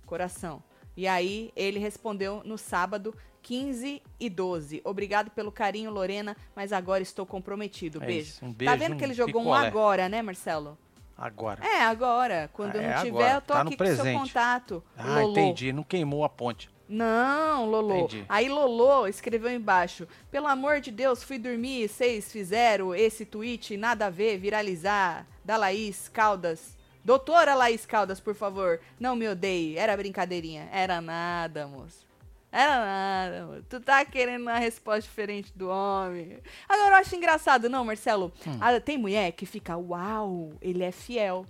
[SPEAKER 1] Coração. E aí, ele respondeu no sábado, 15 e 12. Obrigado pelo carinho, Lorena, mas agora estou comprometido.
[SPEAKER 3] É
[SPEAKER 1] Beijo.
[SPEAKER 3] isso, um
[SPEAKER 1] Tá
[SPEAKER 3] beijo,
[SPEAKER 1] vendo que
[SPEAKER 3] um
[SPEAKER 1] ele jogou um
[SPEAKER 3] picolé.
[SPEAKER 1] agora, né, Marcelo?
[SPEAKER 3] Agora.
[SPEAKER 1] É, agora. Quando eu
[SPEAKER 3] É
[SPEAKER 1] não tiver,
[SPEAKER 3] agora,
[SPEAKER 1] eu tô
[SPEAKER 3] tá no
[SPEAKER 1] aqui com o seu
[SPEAKER 3] presente.
[SPEAKER 1] contato.
[SPEAKER 3] ah,
[SPEAKER 1] Lolo.
[SPEAKER 3] entendi. Não queimou a ponte.
[SPEAKER 1] Não, Lolo.
[SPEAKER 3] Entendi.
[SPEAKER 1] Aí Lolo escreveu embaixo: Pelo amor de Deus, fui dormir, vocês fizeram esse tweet, nada a ver, viralizar, da Laís Caldas. Doutora Laís Caldas, por favor, não me odeie. Era brincadeirinha. Era nada, moço. Era nada, moço. Tu tá querendo uma resposta diferente do homem. Agora eu acho engraçado, não, Marcelo?
[SPEAKER 3] Hum.
[SPEAKER 1] Ah, tem mulher que fica, uau, ele é fiel.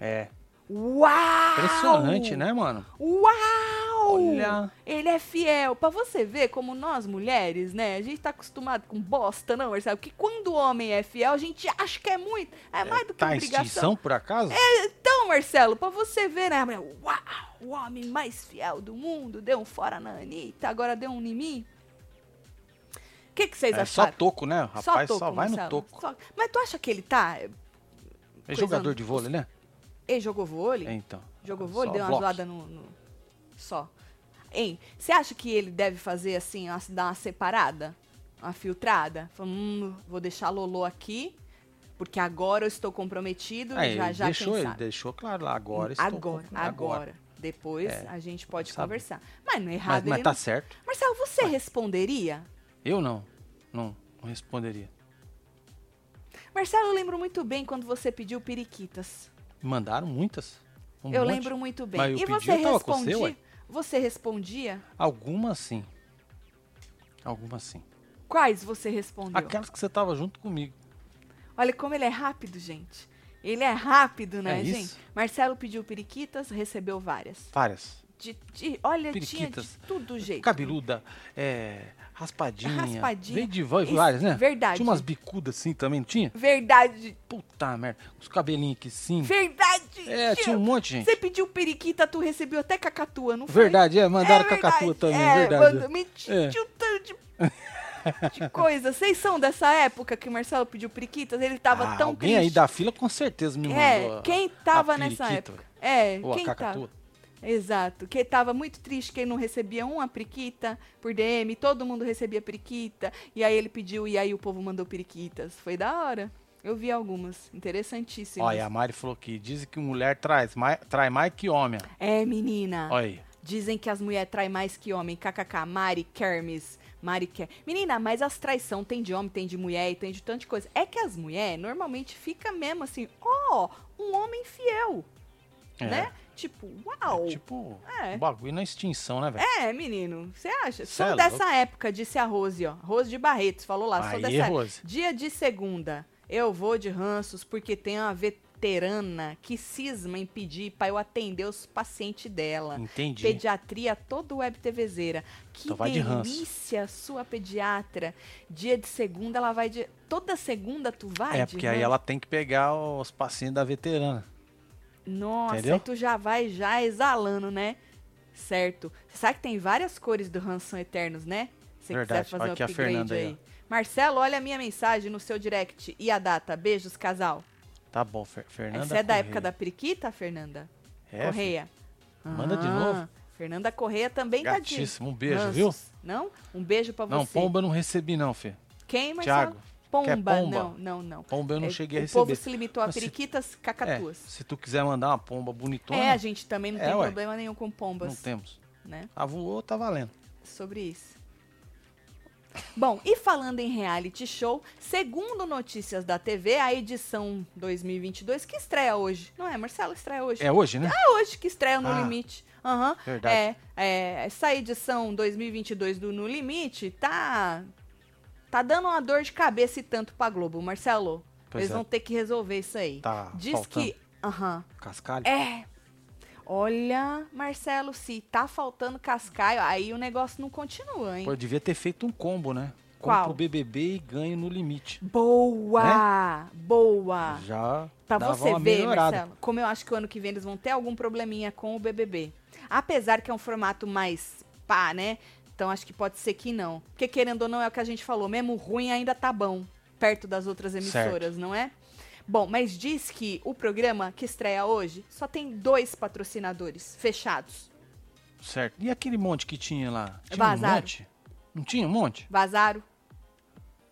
[SPEAKER 3] É.
[SPEAKER 1] Uau!
[SPEAKER 3] Impressionante, né, mano?
[SPEAKER 1] Uau!
[SPEAKER 3] Olha.
[SPEAKER 1] Ele é fiel. Pra você ver como nós mulheres, né? A gente tá acostumado com bosta, não, Marcelo? Que quando o homem é fiel, a gente acha que é muito. É mais do que
[SPEAKER 3] Tá em
[SPEAKER 1] obrigação.
[SPEAKER 3] extinção, por acaso?
[SPEAKER 1] Então, Marcelo, pra você ver, né? a mulher, Uau! O homem mais fiel do mundo deu um fora na Anitta, agora deu um em mim. O que, que vocês
[SPEAKER 3] É só
[SPEAKER 1] acharam?
[SPEAKER 3] toco, né? Rapaz, só,
[SPEAKER 1] toco,
[SPEAKER 3] vai no
[SPEAKER 1] Marcelo,
[SPEAKER 3] toco.
[SPEAKER 1] só- Mas tu acha que ele tá.
[SPEAKER 3] É jogador de vôlei, né?
[SPEAKER 1] Ele jogou vôlei?
[SPEAKER 3] É, então.
[SPEAKER 1] Jogou vôlei,
[SPEAKER 3] Só
[SPEAKER 1] deu uma
[SPEAKER 3] bloco.
[SPEAKER 1] zoada no, no- Só. Hein, você acha que ele deve fazer assim, uma- dar uma separada? Uma filtrada? Fala, hum, vou deixar a Lolo aqui, porque agora eu estou comprometido.
[SPEAKER 3] É,
[SPEAKER 1] já,
[SPEAKER 3] ele
[SPEAKER 1] já
[SPEAKER 3] deixou,
[SPEAKER 1] quem
[SPEAKER 3] ele
[SPEAKER 1] sabe.
[SPEAKER 3] deixou claro lá. Agora estou
[SPEAKER 1] agora,
[SPEAKER 3] com-
[SPEAKER 1] agora, Depois a gente pode
[SPEAKER 3] sabe.
[SPEAKER 1] conversar. Mas não é
[SPEAKER 3] Mas,
[SPEAKER 1] errado
[SPEAKER 3] mas
[SPEAKER 1] ele
[SPEAKER 3] tá
[SPEAKER 1] não-
[SPEAKER 3] certo.
[SPEAKER 1] Marcelo, você responderia?
[SPEAKER 3] Eu não. Não, não responderia.
[SPEAKER 1] Marcelo, eu lembro muito bem quando você pediu periquitas.
[SPEAKER 3] Mandaram muitas. um
[SPEAKER 1] eu
[SPEAKER 3] monte.
[SPEAKER 1] lembro muito bem.
[SPEAKER 3] Mas eu
[SPEAKER 1] e
[SPEAKER 3] pedi,
[SPEAKER 1] você
[SPEAKER 3] eu tava com você,
[SPEAKER 1] respondia?
[SPEAKER 3] ué.
[SPEAKER 1] você respondia?
[SPEAKER 3] Algumas sim. Algumas sim.
[SPEAKER 1] Quais você respondeu?
[SPEAKER 3] Aquelas que você tava junto comigo.
[SPEAKER 1] Olha como ele é rápido, gente. Ele é rápido, né,
[SPEAKER 3] É
[SPEAKER 1] gente?
[SPEAKER 3] isso.
[SPEAKER 1] Marcelo pediu periquitas, recebeu várias.
[SPEAKER 3] Várias.
[SPEAKER 1] De, de- olha,
[SPEAKER 3] Periquitas.
[SPEAKER 1] tinha de tudo jeito.
[SPEAKER 3] Cabeluda, é, raspadinha.
[SPEAKER 1] Raspadinha.
[SPEAKER 3] Veio de vai-
[SPEAKER 1] Isso,
[SPEAKER 3] várias, né?
[SPEAKER 1] verdade.
[SPEAKER 3] Tinha umas bicudas assim também, não tinha?
[SPEAKER 1] Verdade,
[SPEAKER 3] Puta merda. Os cabelinhos que sim.
[SPEAKER 1] verdade.
[SPEAKER 3] É, tinha um monte, gente.
[SPEAKER 1] Você pediu periquita, tu recebeu até cacatua, não foi?
[SPEAKER 3] Verdade, é. Mandaram
[SPEAKER 1] É
[SPEAKER 3] cacatua
[SPEAKER 1] verdade,
[SPEAKER 3] também,
[SPEAKER 1] é,
[SPEAKER 3] verdade.
[SPEAKER 1] Manda, me
[SPEAKER 3] É.
[SPEAKER 1] tinha um tanto de, de coisa. Vocês são dessa época que o Marcelo pediu periquitas? Ele tava
[SPEAKER 3] Ah,
[SPEAKER 1] tão
[SPEAKER 3] alguém
[SPEAKER 1] triste.
[SPEAKER 3] aí da fila com certeza me mandou.
[SPEAKER 1] É,
[SPEAKER 3] a-
[SPEAKER 1] quem tava
[SPEAKER 3] a
[SPEAKER 1] nessa
[SPEAKER 3] periquita,
[SPEAKER 1] época? É,
[SPEAKER 3] Ou a
[SPEAKER 1] quem tava?
[SPEAKER 3] cacatua.
[SPEAKER 1] Exato, que tava muito triste que ele não recebia uma periquita por DM, todo mundo recebia periquita, e aí ele pediu, e aí o povo mandou periquitas. Foi da hora. Eu vi algumas, interessantíssimas.
[SPEAKER 3] Olha, a Mari falou que dizem que um mulher traz mais, trai mais que homem.
[SPEAKER 1] É, menina,
[SPEAKER 3] Olha aí.
[SPEAKER 1] dizem que as mulheres traem mais que homem, kkk, Mari Kermes, Mari Ker... Menina, mas as traição tem de homem, tem de mulher e tem de tanta coisa. É que as mulheres normalmente fica mesmo assim, ó, um homem fiel,
[SPEAKER 3] É.
[SPEAKER 1] né? Tipo, uau.
[SPEAKER 3] É tipo,
[SPEAKER 1] É.
[SPEAKER 3] um bagulho na extinção, né, velho?
[SPEAKER 1] É, menino, você acha?
[SPEAKER 3] Cê
[SPEAKER 1] sou
[SPEAKER 3] é
[SPEAKER 1] dessa época, disse a Rose, ó. Rose de Barretos, falou lá, sou
[SPEAKER 3] Aí,
[SPEAKER 1] dessa
[SPEAKER 3] Rose.
[SPEAKER 1] Dia de segunda, eu vou de ranços porque tem a ver luterana que cisma em pedir para eu atender os pacientes dela.
[SPEAKER 3] Entendi. É,
[SPEAKER 1] Pediatria todo web TVzeira. Que
[SPEAKER 3] Então vai de ranço.
[SPEAKER 1] delícia sua pediatra. Dia de segunda ela vai de toda segunda tu vai
[SPEAKER 3] É,
[SPEAKER 1] de
[SPEAKER 3] porque aí
[SPEAKER 1] ranço?
[SPEAKER 3] ela tem que pegar os passinhos da veterana.
[SPEAKER 1] Nossa,
[SPEAKER 3] Entendeu?
[SPEAKER 1] aí tu já vai já exalando, né? Certo. Você sabe que tem várias cores do Ransom Eternos, né? Se você quiser
[SPEAKER 3] Verdade.
[SPEAKER 1] fazer
[SPEAKER 3] Olha
[SPEAKER 1] um
[SPEAKER 3] aqui a
[SPEAKER 1] upgrade
[SPEAKER 3] Fernanda aí,
[SPEAKER 1] aí. Marcelo, olha a minha mensagem no seu direct e a data. Beijos, casal.
[SPEAKER 3] Tá bom, Fer Fernanda.
[SPEAKER 1] Essa é da
[SPEAKER 3] Correia.
[SPEAKER 1] época da periquita, Fernanda?
[SPEAKER 3] É, filho,
[SPEAKER 1] Correia. Ah,
[SPEAKER 3] Manda de novo.
[SPEAKER 1] Fernanda Correia também tá
[SPEAKER 3] Gatíssimo. Um
[SPEAKER 1] de
[SPEAKER 3] beijo,
[SPEAKER 1] ranços,
[SPEAKER 3] viu?
[SPEAKER 1] Não? Um beijo pra
[SPEAKER 3] Não,
[SPEAKER 1] você.
[SPEAKER 3] pomba eu não recebi, não, Fê.
[SPEAKER 1] Quem, Marcelo?
[SPEAKER 3] Thiago,
[SPEAKER 1] Pomba.
[SPEAKER 3] quer pomba?
[SPEAKER 1] Não, não, não.
[SPEAKER 3] pomba eu não
[SPEAKER 1] É,
[SPEAKER 3] cheguei a
[SPEAKER 1] o
[SPEAKER 3] receber.
[SPEAKER 1] povo se limitou a
[SPEAKER 3] Mas se-
[SPEAKER 1] periquitas,
[SPEAKER 3] É,
[SPEAKER 1] cacatuas.
[SPEAKER 3] se tu quiser mandar uma pomba bonitona,
[SPEAKER 1] É, a gente também não
[SPEAKER 3] É,
[SPEAKER 1] tem
[SPEAKER 3] ué.
[SPEAKER 1] problema nenhum com pombas.
[SPEAKER 3] não temos.
[SPEAKER 1] né?
[SPEAKER 3] A voou, tá valendo.
[SPEAKER 1] sobre isso. Bom, e falando em reality show, segundo notícias da TV, a edição 2022 que estreia hoje, não é, Marcelo? Estreia hoje.
[SPEAKER 3] É hoje, né?
[SPEAKER 1] É hoje que estreia o No
[SPEAKER 3] Ah,
[SPEAKER 1] Limite. Aham.
[SPEAKER 3] verdade.
[SPEAKER 1] É, é, essa edição 2022 do No Limite tá tá dando uma dor de cabeça e tanto pra Globo, Marcelo.
[SPEAKER 3] Pois
[SPEAKER 1] eles
[SPEAKER 3] é.
[SPEAKER 1] vão ter que resolver isso aí.
[SPEAKER 3] Tá
[SPEAKER 1] Diz
[SPEAKER 3] faltando.
[SPEAKER 1] que, aham.
[SPEAKER 3] Cascalho.
[SPEAKER 1] É. Olha, Marcelo, se tá faltando cascaio, aí o negócio não continua, hein?
[SPEAKER 3] Pô, eu devia ter feito um combo, né? Compro
[SPEAKER 1] Qual?
[SPEAKER 3] o BBB e ganho no limite.
[SPEAKER 1] Boa! Boa!
[SPEAKER 3] Já
[SPEAKER 1] Ah. Pra
[SPEAKER 3] É? dava
[SPEAKER 1] você
[SPEAKER 3] uma
[SPEAKER 1] ver,
[SPEAKER 3] melhorada.
[SPEAKER 1] Marcelo, como eu acho que o ano que vem eles vão ter algum probleminha com o BBB. Apesar que é um formato mais pá, né? Então acho que pode ser que não. Porque querendo ou não é o que a gente falou, mesmo ruim ainda tá bom, perto das outras emissoras, não é? Bom, mas diz que o programa que estreia hoje só tem dois patrocinadores fechados.
[SPEAKER 3] Certo. E aquele monte que tinha lá? Tinha um
[SPEAKER 1] Vazaram.
[SPEAKER 3] monte? Não tinha um monte?
[SPEAKER 1] Vazaram.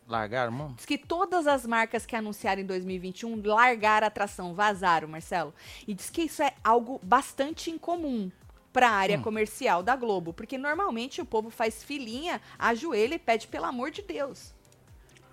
[SPEAKER 3] Largaram, mano?
[SPEAKER 1] Diz que todas as marcas que anunciaram em 2021 largaram a atração, vazaram, Marcelo. E diz que isso é algo bastante incomum para a
[SPEAKER 3] Hum.
[SPEAKER 1] área comercial da Globo, porque normalmente o povo faz filinha, ajoelha e pede pelo amor de Deus.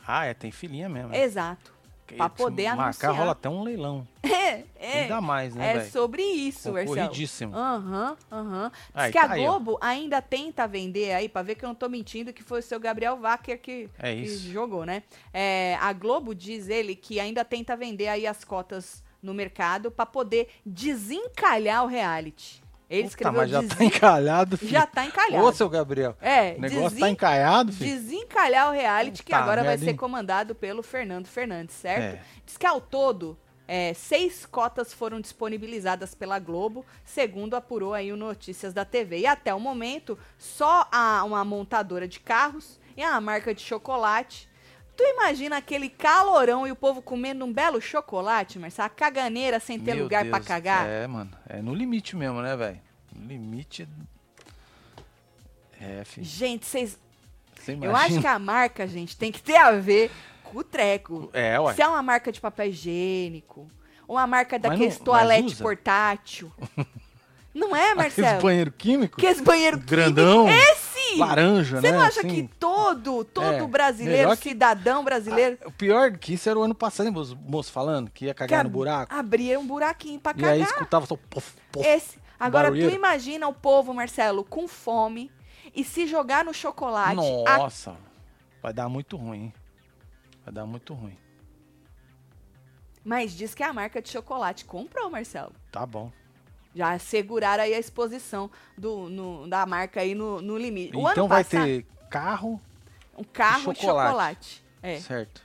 [SPEAKER 3] Ah, é, tem filhinha mesmo. né?
[SPEAKER 1] Exato.
[SPEAKER 3] Porque
[SPEAKER 1] pra
[SPEAKER 3] se
[SPEAKER 1] poder
[SPEAKER 3] marcar,
[SPEAKER 1] anunciar.
[SPEAKER 3] rola até um leilão.
[SPEAKER 1] É, é.
[SPEAKER 3] Ainda mais, né,
[SPEAKER 1] É
[SPEAKER 3] velho?
[SPEAKER 1] sobre isso, Marcelo.
[SPEAKER 3] Concorridíssimo.
[SPEAKER 1] Aham, aham. Diz
[SPEAKER 3] Aí,
[SPEAKER 1] que a
[SPEAKER 3] tá aí, ó.
[SPEAKER 1] Globo ainda tenta vender aí, pra ver que eu não tô mentindo, que foi o seu Gabriel Wacker que,
[SPEAKER 3] É
[SPEAKER 1] que
[SPEAKER 3] isso.
[SPEAKER 1] jogou, né? É, a Globo diz ele que ainda tenta vender aí as cotas no mercado pra poder desencalhar o reality. Ele
[SPEAKER 3] Puta,
[SPEAKER 1] escreveu
[SPEAKER 3] mas já
[SPEAKER 1] desen-
[SPEAKER 3] tá encalhado, filho.
[SPEAKER 1] já tá encalhado.
[SPEAKER 3] Ô, seu Gabriel.
[SPEAKER 1] É,
[SPEAKER 3] O negócio
[SPEAKER 1] desen-
[SPEAKER 3] tá encalhado, filho.
[SPEAKER 1] desencalhar o reality, que
[SPEAKER 3] Puta
[SPEAKER 1] agora vai
[SPEAKER 3] merda,
[SPEAKER 1] ser
[SPEAKER 3] hein?
[SPEAKER 1] comandado pelo Fernando Fernandes, certo?
[SPEAKER 3] É.
[SPEAKER 1] Diz que ao todo, é, seis cotas foram disponibilizadas pela Globo, segundo apurou aí o Notícias da TV. E até o momento, só a, uma montadora de carros e a marca de chocolate. Tu imagina aquele calorão e o povo comendo um belo chocolate, Marcelo? A caganeira sem ter
[SPEAKER 3] Meu
[SPEAKER 1] lugar pra
[SPEAKER 3] Deus,
[SPEAKER 1] cagar.
[SPEAKER 3] É, mano. É no limite mesmo, né, velho? No limite. É, filho.
[SPEAKER 1] Gente, vocês.
[SPEAKER 3] Você
[SPEAKER 1] Eu
[SPEAKER 3] imagina.
[SPEAKER 1] acho que a marca, gente, tem que ter a ver com o treco.
[SPEAKER 3] É, ué.
[SPEAKER 1] Se é uma marca de papel higiênico, uma marca
[SPEAKER 3] Mas
[SPEAKER 1] daqueles
[SPEAKER 3] não- mas
[SPEAKER 1] toalete
[SPEAKER 3] usa?
[SPEAKER 1] portátil. Não é,
[SPEAKER 3] Aqueles
[SPEAKER 1] Marcelo?
[SPEAKER 3] banheiro químico?
[SPEAKER 1] Aqueles banheiro
[SPEAKER 3] Grandão.
[SPEAKER 1] Esse!
[SPEAKER 3] Laranja,
[SPEAKER 1] Você
[SPEAKER 3] né?
[SPEAKER 1] não acha
[SPEAKER 3] assim.
[SPEAKER 1] que todo, todo
[SPEAKER 3] É,
[SPEAKER 1] brasileiro,
[SPEAKER 3] melhor que-
[SPEAKER 1] cidadão brasileiro,
[SPEAKER 3] O pior que isso era o ano passado, hein, moço, moço falando? Que ia cagar
[SPEAKER 1] que
[SPEAKER 3] no buraco.
[SPEAKER 1] abria um buraquinho pra
[SPEAKER 3] E aí
[SPEAKER 1] cagar?
[SPEAKER 3] escutava só pof, pof.
[SPEAKER 1] Esse. Agora,
[SPEAKER 3] barulheiro.
[SPEAKER 1] tu imagina o povo, Marcelo, com fome e se jogar no chocolate. a-
[SPEAKER 3] Nossa. Vai dar muito ruim, hein? Vai dar muito ruim.
[SPEAKER 1] Mas diz que a marca de chocolate comprou, Marcelo.
[SPEAKER 3] Tá bom.
[SPEAKER 1] Já seguraram aí a exposição do, no- da marca aí no, no limite. O ano
[SPEAKER 3] então vai
[SPEAKER 1] passado-
[SPEAKER 3] ter carro,
[SPEAKER 1] Um carro
[SPEAKER 3] E
[SPEAKER 1] de chocolate.
[SPEAKER 3] chocolate.
[SPEAKER 1] É.
[SPEAKER 3] certo.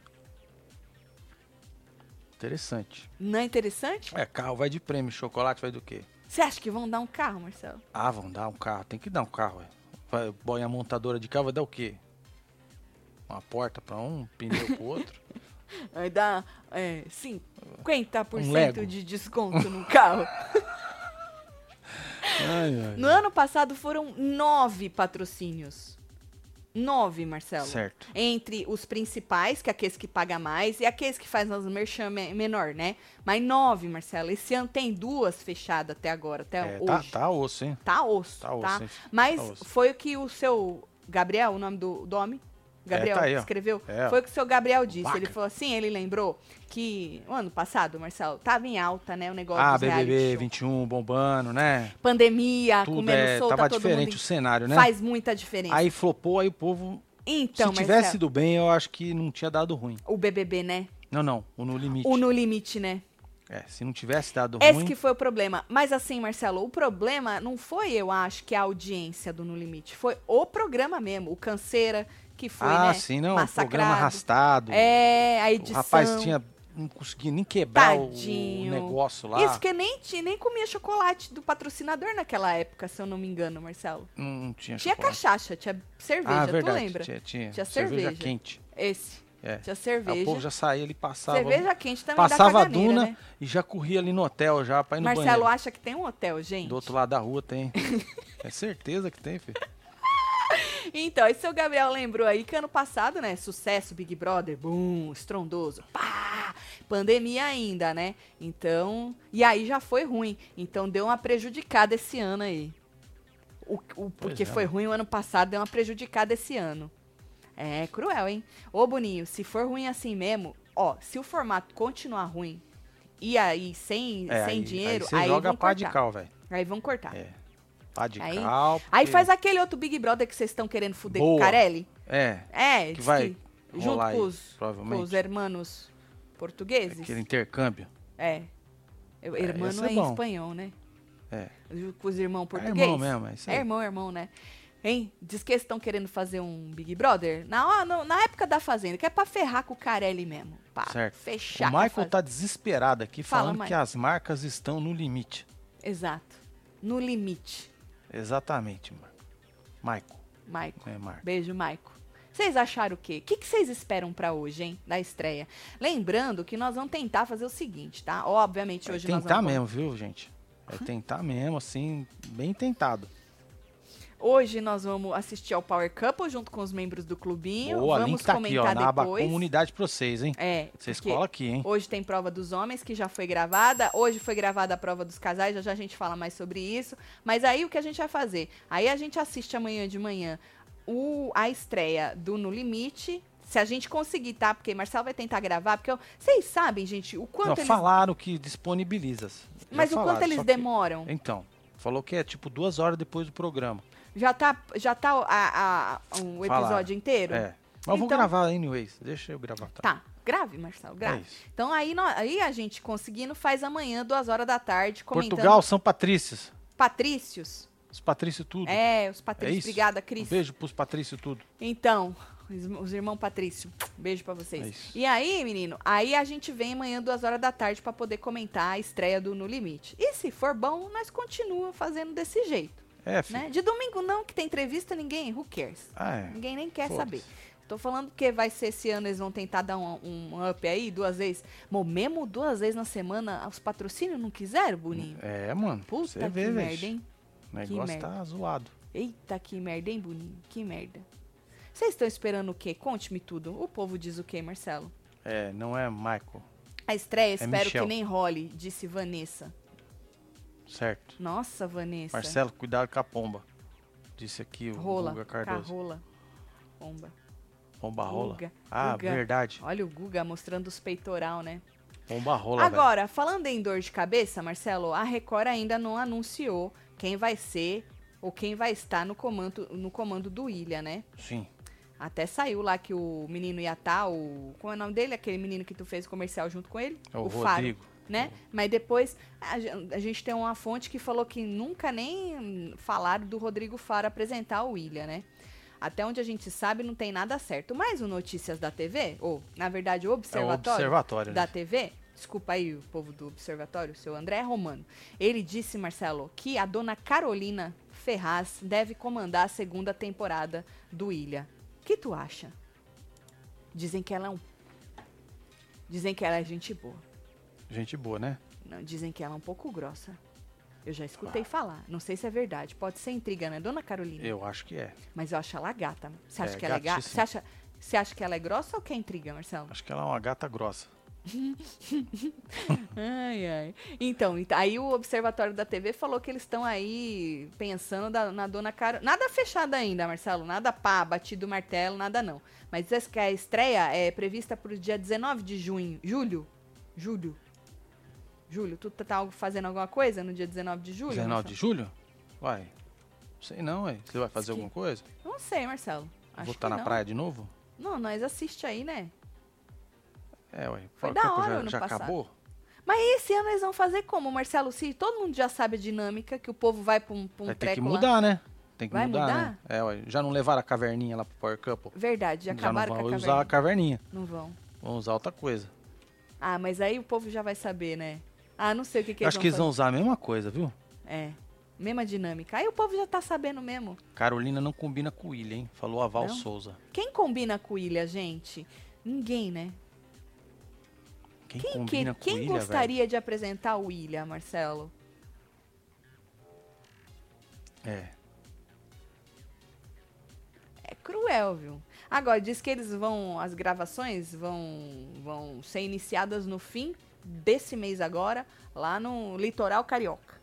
[SPEAKER 3] Interessante.
[SPEAKER 1] Não é interessante?
[SPEAKER 3] É, carro vai de prêmio, chocolate vai do quê?
[SPEAKER 1] Você acha que vão dar um carro, Marcelo?
[SPEAKER 3] Ah, vão dar um carro. Tem que dar um carro, ué. Vai, põe a montadora de carro, vai dar o quê? Uma porta pra um, um pneu pro outro.
[SPEAKER 1] Vai dar é, 50%
[SPEAKER 3] Um Lego.
[SPEAKER 1] de desconto no carro.
[SPEAKER 3] Ai, ai.
[SPEAKER 1] No ano passado foram nove patrocínios. Nove, Marcelo.
[SPEAKER 3] Certo.
[SPEAKER 1] Entre os principais, que é aqueles que paga mais, e aqueles que faz as merchan me- menor, né? Mas nove, Marcelo. Esse ano tem duas fechadas até agora, até
[SPEAKER 3] É, tá,
[SPEAKER 1] hoje.
[SPEAKER 3] tá osso, hein?
[SPEAKER 1] Tá osso, tá?
[SPEAKER 3] Tá osso, hein?
[SPEAKER 1] Mas
[SPEAKER 3] Tá osso.
[SPEAKER 1] foi o que o seu Gabriel, o nome do, do homem? Gabriel
[SPEAKER 3] É, tá aí, ó.
[SPEAKER 1] escreveu?
[SPEAKER 3] É, ó.
[SPEAKER 1] Foi o que o seu Gabriel disse.
[SPEAKER 3] Vaca.
[SPEAKER 1] Ele falou assim, ele lembrou que o ano passado, Marcelo, tava em alta, né, o negócio
[SPEAKER 3] Ah,
[SPEAKER 1] dos reality
[SPEAKER 3] BBB
[SPEAKER 1] show.
[SPEAKER 3] 21 bombando, né?
[SPEAKER 1] Pandemia,
[SPEAKER 3] Tudo
[SPEAKER 1] comendo
[SPEAKER 3] é,
[SPEAKER 1] solta,
[SPEAKER 3] tava
[SPEAKER 1] todo
[SPEAKER 3] diferente o
[SPEAKER 1] mundo...
[SPEAKER 3] cenário, né?
[SPEAKER 1] Faz muita diferença.
[SPEAKER 3] Aí flopou, aí o povo.
[SPEAKER 1] então,
[SPEAKER 3] se tivesse
[SPEAKER 1] Marcelo,
[SPEAKER 3] ido bem, eu acho que não tinha dado ruim.
[SPEAKER 1] o BBB, né?
[SPEAKER 3] Não, não, o No Limite.
[SPEAKER 1] O No Limite, né?
[SPEAKER 3] É, se não tivesse dado
[SPEAKER 1] Esse
[SPEAKER 3] ruim.
[SPEAKER 1] que foi o problema. Mas assim, Marcelo, o problema não foi, eu acho, que a audiência do No Limite. Foi o programa mesmo. O Canseira, que foi,
[SPEAKER 3] ah,
[SPEAKER 1] né?
[SPEAKER 3] sim, não. o
[SPEAKER 1] massacrado.
[SPEAKER 3] Programa arrastado.
[SPEAKER 1] É, a
[SPEAKER 3] o
[SPEAKER 1] edição.
[SPEAKER 3] rapaz tinha. Não conseguia nem quebrar o-
[SPEAKER 1] Tadinho.
[SPEAKER 3] o negócio lá.
[SPEAKER 1] Isso, porque nem, ti- nem comia chocolate do patrocinador naquela época, se eu não me engano, Marcelo.
[SPEAKER 3] Não, não tinha
[SPEAKER 1] Tinha
[SPEAKER 3] chocolate.
[SPEAKER 1] cachaça, tinha cerveja,
[SPEAKER 3] Ah,
[SPEAKER 1] tu
[SPEAKER 3] verdade.
[SPEAKER 1] lembra?
[SPEAKER 3] Tinha, tinha.
[SPEAKER 1] Tinha
[SPEAKER 3] cerveja,
[SPEAKER 1] cerveja.
[SPEAKER 3] quente.
[SPEAKER 1] Esse.
[SPEAKER 3] É.
[SPEAKER 1] Tinha
[SPEAKER 3] Aí o povo
[SPEAKER 1] cerveja.
[SPEAKER 3] já saía ali, passava.
[SPEAKER 1] Cerveja quente também
[SPEAKER 3] passava
[SPEAKER 1] dá
[SPEAKER 3] a
[SPEAKER 1] caganeira,
[SPEAKER 3] duna
[SPEAKER 1] né?
[SPEAKER 3] e já corria ali no hotel já pra ir no
[SPEAKER 1] Marcelo
[SPEAKER 3] banheiro.
[SPEAKER 1] acha que tem um hotel, gente.
[SPEAKER 3] Do outro lado da rua tem. é certeza que tem, filho.
[SPEAKER 1] Então, esse seu Gabriel lembrou aí que ano passado, né? Sucesso, Big Brother, boom, estrondoso, pá! Pandemia ainda, né? Então. E aí já foi ruim. Então deu uma prejudicada esse ano aí. O, o- porque
[SPEAKER 3] é.
[SPEAKER 1] foi ruim o ano passado, deu uma prejudicada esse ano. É cruel, hein? Ô, Boninho, se for ruim assim mesmo, ó, se o formato continuar ruim e aí sem,
[SPEAKER 3] É,
[SPEAKER 1] sem
[SPEAKER 3] aí-
[SPEAKER 1] dinheiro,
[SPEAKER 3] Aí
[SPEAKER 1] aí,
[SPEAKER 3] joga
[SPEAKER 1] vão
[SPEAKER 3] pá de
[SPEAKER 1] cortar.
[SPEAKER 3] cal, velho.
[SPEAKER 1] Aí vão cortar.
[SPEAKER 3] É. Pá de
[SPEAKER 1] Aí-
[SPEAKER 3] cal.
[SPEAKER 1] Aí
[SPEAKER 3] porque-
[SPEAKER 1] faz aquele outro Big Brother que vocês estão querendo fuder com o
[SPEAKER 3] Boa.
[SPEAKER 1] Carelli.
[SPEAKER 3] É,
[SPEAKER 1] É,
[SPEAKER 3] Que
[SPEAKER 1] diz
[SPEAKER 3] vai
[SPEAKER 1] que junto
[SPEAKER 3] rolar aí,
[SPEAKER 1] com os,
[SPEAKER 3] provavelmente.
[SPEAKER 1] com os hermanos portugueses.
[SPEAKER 3] aquele intercâmbio.
[SPEAKER 1] É. Eu- Hermano
[SPEAKER 3] esse
[SPEAKER 1] é,
[SPEAKER 3] é
[SPEAKER 1] em
[SPEAKER 3] bom.
[SPEAKER 1] espanhol, né?
[SPEAKER 3] É.
[SPEAKER 1] Junto com os irmãos portugueses.
[SPEAKER 3] É irmão mesmo, é isso
[SPEAKER 1] É
[SPEAKER 3] aí.
[SPEAKER 1] irmão, irmão, né? Hein? Diz que eles estão querendo fazer um Big Brother na, na, na época da Fazenda, que é pra ferrar com o Carelli mesmo. Pra
[SPEAKER 3] Certo.
[SPEAKER 1] fechar
[SPEAKER 3] o
[SPEAKER 1] com a
[SPEAKER 3] Michael
[SPEAKER 1] Fazenda.
[SPEAKER 3] tá desesperado aqui,
[SPEAKER 1] Fala,
[SPEAKER 3] falando que
[SPEAKER 1] Michael.
[SPEAKER 3] as marcas estão no limite.
[SPEAKER 1] Exato. No limite,
[SPEAKER 3] Exatamente, mano. Michael,
[SPEAKER 1] Michael.
[SPEAKER 3] não é marca.
[SPEAKER 1] Beijo, Maico. Vocês acharam o quê? O que que vocês esperam pra hoje, hein? Da estreia. Lembrando que nós vamos tentar fazer o seguinte, tá? Obviamente,
[SPEAKER 3] É
[SPEAKER 1] hoje nós
[SPEAKER 3] tentar
[SPEAKER 1] vamos...
[SPEAKER 3] mesmo, viu, gente? É tentar mesmo, assim, bem tentado.
[SPEAKER 1] Hoje nós vamos assistir ao Power Couple junto com os membros do clubinho.
[SPEAKER 3] Boa,
[SPEAKER 1] vamos
[SPEAKER 3] link tá aqui, ó,
[SPEAKER 1] comentar
[SPEAKER 3] na aba
[SPEAKER 1] depois.
[SPEAKER 3] comunidade pra vocês, hein?
[SPEAKER 1] É,
[SPEAKER 3] Vocês
[SPEAKER 1] porque
[SPEAKER 3] colam aqui, hein?
[SPEAKER 1] Hoje tem prova dos homens que já foi gravada. Hoje foi gravada a prova dos casais, já já a gente fala mais sobre isso. Mas aí o que a gente vai fazer? Aí a gente assiste amanhã de manhã o- a estreia do No Limite. Se a gente conseguir, tá? Porque Marcelo vai tentar gravar, porque eu- vocês sabem, gente, o quanto
[SPEAKER 3] Não,
[SPEAKER 1] eles.
[SPEAKER 3] falaram que disponibiliza. Já
[SPEAKER 1] mas o
[SPEAKER 3] falaram,
[SPEAKER 1] quanto eles
[SPEAKER 3] só que-
[SPEAKER 1] demoram.
[SPEAKER 3] Então, falou que é tipo duas horas depois do programa.
[SPEAKER 1] Já tá, já tá a- a- o episódio
[SPEAKER 3] Falaram.
[SPEAKER 1] inteiro?
[SPEAKER 3] É. Mas eu
[SPEAKER 1] Então-
[SPEAKER 3] vou gravar anyways. Deixa eu gravar, tá?
[SPEAKER 1] Tá, grave, Marcelo,
[SPEAKER 3] É
[SPEAKER 1] grave.
[SPEAKER 3] isso.
[SPEAKER 1] Então aí, nó- aí a gente conseguindo faz amanhã, duas horas da tarde, comentando
[SPEAKER 3] Portugal, São Patrícios.
[SPEAKER 1] Patrícios.
[SPEAKER 3] Os Patrícios tudo.
[SPEAKER 1] É, os
[SPEAKER 3] É
[SPEAKER 1] Patrícios.
[SPEAKER 3] isso.
[SPEAKER 1] Obrigada,
[SPEAKER 3] Um
[SPEAKER 1] Cris.
[SPEAKER 3] beijo pros Patrícios tudo.
[SPEAKER 1] Então, os, os irmãos Patrício, beijo pra
[SPEAKER 3] É
[SPEAKER 1] vocês.
[SPEAKER 3] isso.
[SPEAKER 1] e aí, menino, aí a gente vem amanhã, duas horas da tarde, pra poder comentar a estreia do No Limite. E se for bom, nós continua fazendo desse jeito,
[SPEAKER 3] É, filho.
[SPEAKER 1] né? De domingo não, que tem entrevista, ninguém, who cares?
[SPEAKER 3] Ah, é.
[SPEAKER 1] Ninguém nem quer
[SPEAKER 3] Foda-se.
[SPEAKER 1] saber. Tô falando que vai ser esse ano, eles vão tentar dar um, um up aí duas vezes. Bom, mesmo duas vezes na semana, os patrocínios não quiseram, Boninho?
[SPEAKER 3] É, mano.
[SPEAKER 1] Puta
[SPEAKER 3] você
[SPEAKER 1] que
[SPEAKER 3] vê,
[SPEAKER 1] merda,
[SPEAKER 3] velho.
[SPEAKER 1] hein?
[SPEAKER 3] O negócio
[SPEAKER 1] merda.
[SPEAKER 3] tá zoado.
[SPEAKER 1] Eita, que merda, hein, Boninho? Que merda. Vocês estão esperando o quê? Conte-me tudo. O povo diz o quê, Marcelo?
[SPEAKER 3] É, não é Michael,
[SPEAKER 1] A estreia, espero
[SPEAKER 3] É Michel.
[SPEAKER 1] que nem role, disse Vanessa.
[SPEAKER 3] certo?
[SPEAKER 1] Nossa, Vanessa.
[SPEAKER 3] Marcelo, cuidado com a pomba. Disse aqui o
[SPEAKER 1] é. rola.
[SPEAKER 3] Guga Cardoso.
[SPEAKER 1] Carrola. Pomba.
[SPEAKER 3] Pomba rola.
[SPEAKER 1] Guga,
[SPEAKER 3] Ah,
[SPEAKER 1] Guga.
[SPEAKER 3] verdade.
[SPEAKER 1] Olha o Guga mostrando os peitoral, né?
[SPEAKER 3] Pomba rola, velho.
[SPEAKER 1] Agora, falando em dor de cabeça, Marcelo, a Record ainda não anunciou quem vai ser ou quem vai estar no comando, no comando do Ilha, né?
[SPEAKER 3] Sim.
[SPEAKER 1] Até saiu lá que o menino ia estar, o. Como é o nome dele? Aquele menino que tu fez o comercial junto com ele?
[SPEAKER 3] É o,
[SPEAKER 1] Faro,
[SPEAKER 3] Rodrigo.
[SPEAKER 1] né? Mas depois a, gen- a gente tem uma fonte que falou que nunca nem falaram do Rodrigo Faro apresentar o William, né? Até onde a gente sabe, não tem nada certo. Mas o Notícias da TV, ou, na verdade, o
[SPEAKER 3] É o
[SPEAKER 1] Observatório,
[SPEAKER 3] observatório.
[SPEAKER 1] da
[SPEAKER 3] né?
[SPEAKER 1] TV, desculpa aí o povo do observatório, o seu André é Romano, ele disse, Marcelo, que a dona Carolina Ferraz deve comandar a segunda temporada do Ilha. O que tu acha? Dizem que ela é um. Dizem que ela é gente boa.
[SPEAKER 3] Gente boa, né?
[SPEAKER 1] Não, dizem que ela é um pouco grossa. Eu já escutei falar. Não sei se é verdade. Pode ser intriga, né, dona Carolina?
[SPEAKER 3] Eu acho que é.
[SPEAKER 1] Mas eu acho ela gata. Você acha
[SPEAKER 3] É,
[SPEAKER 1] que ela é gata?
[SPEAKER 3] gatíssima.
[SPEAKER 1] Você acha, você acha que ela é grossa ou que é intriga, Marcelo?
[SPEAKER 3] Acho que ela é uma gata grossa.
[SPEAKER 1] Ai, ai. Então, ent- aí o Observatório da TV falou que eles estão aí pensando da- na dona Carol. Nada fechado ainda, Marcelo. Nada pá, batido o martelo, nada não. Mas diz que a estreia é prevista para o dia 19 de junho. Julho? Julho. Julho, tu tá- tá fazendo alguma coisa no dia 19 de julho?
[SPEAKER 3] 19 de
[SPEAKER 1] Marcelo?
[SPEAKER 3] julho? Uai. Não sei não, ué. Você vai fazer
[SPEAKER 1] que-
[SPEAKER 3] alguma coisa?
[SPEAKER 1] Não sei, Marcelo. Acho
[SPEAKER 3] Vou
[SPEAKER 1] que
[SPEAKER 3] estar na
[SPEAKER 1] não.
[SPEAKER 3] praia de novo?
[SPEAKER 1] Não, nós assiste aí, né?
[SPEAKER 3] É, ué.
[SPEAKER 1] Foi
[SPEAKER 3] Fala,
[SPEAKER 1] da
[SPEAKER 3] quer É, que eu
[SPEAKER 1] hora o
[SPEAKER 3] já,
[SPEAKER 1] ano
[SPEAKER 3] já
[SPEAKER 1] passado.
[SPEAKER 3] acabou?
[SPEAKER 1] Mas esse ano eles vão fazer como, Marcelo? Se todo mundo já sabe a dinâmica, que o povo vai pra um, pra um
[SPEAKER 3] Vai ter
[SPEAKER 1] treco
[SPEAKER 3] que
[SPEAKER 1] lá.
[SPEAKER 3] mudar, né? Tem que
[SPEAKER 1] Vai
[SPEAKER 3] mudar,
[SPEAKER 1] mudar?
[SPEAKER 3] né? É, ué, já não levaram a caverninha lá pro Power Couple?
[SPEAKER 1] Verdade, já
[SPEAKER 3] já não
[SPEAKER 1] acabaram
[SPEAKER 3] vão
[SPEAKER 1] com a
[SPEAKER 3] usar a
[SPEAKER 1] caverna.
[SPEAKER 3] caverninha.
[SPEAKER 1] Não vão.
[SPEAKER 3] Vão usar outra coisa.
[SPEAKER 1] Ah, mas aí o povo já vai saber, né? Ah, não sei o que, que
[SPEAKER 3] Eu Acho que eles
[SPEAKER 1] fazer.
[SPEAKER 3] vão usar a mesma coisa, viu?
[SPEAKER 1] É. Mesma dinâmica. Aí o povo já tá sabendo mesmo.
[SPEAKER 3] Carolina não combina com o William, hein? Falou a Val
[SPEAKER 1] Não?
[SPEAKER 3] Souza.
[SPEAKER 1] Quem combina com Ilha, gente? Ninguém, né?
[SPEAKER 3] Quem,
[SPEAKER 1] Quem, que-
[SPEAKER 3] combina com o
[SPEAKER 1] quem
[SPEAKER 3] William,
[SPEAKER 1] gostaria de apresentar o Ilha, Marcelo?
[SPEAKER 3] velho? É.
[SPEAKER 1] É cruel, viu? Agora, diz que eles vão. As gravações vão, vão ser iniciadas no fim desse mês agora, lá no litoral carioca.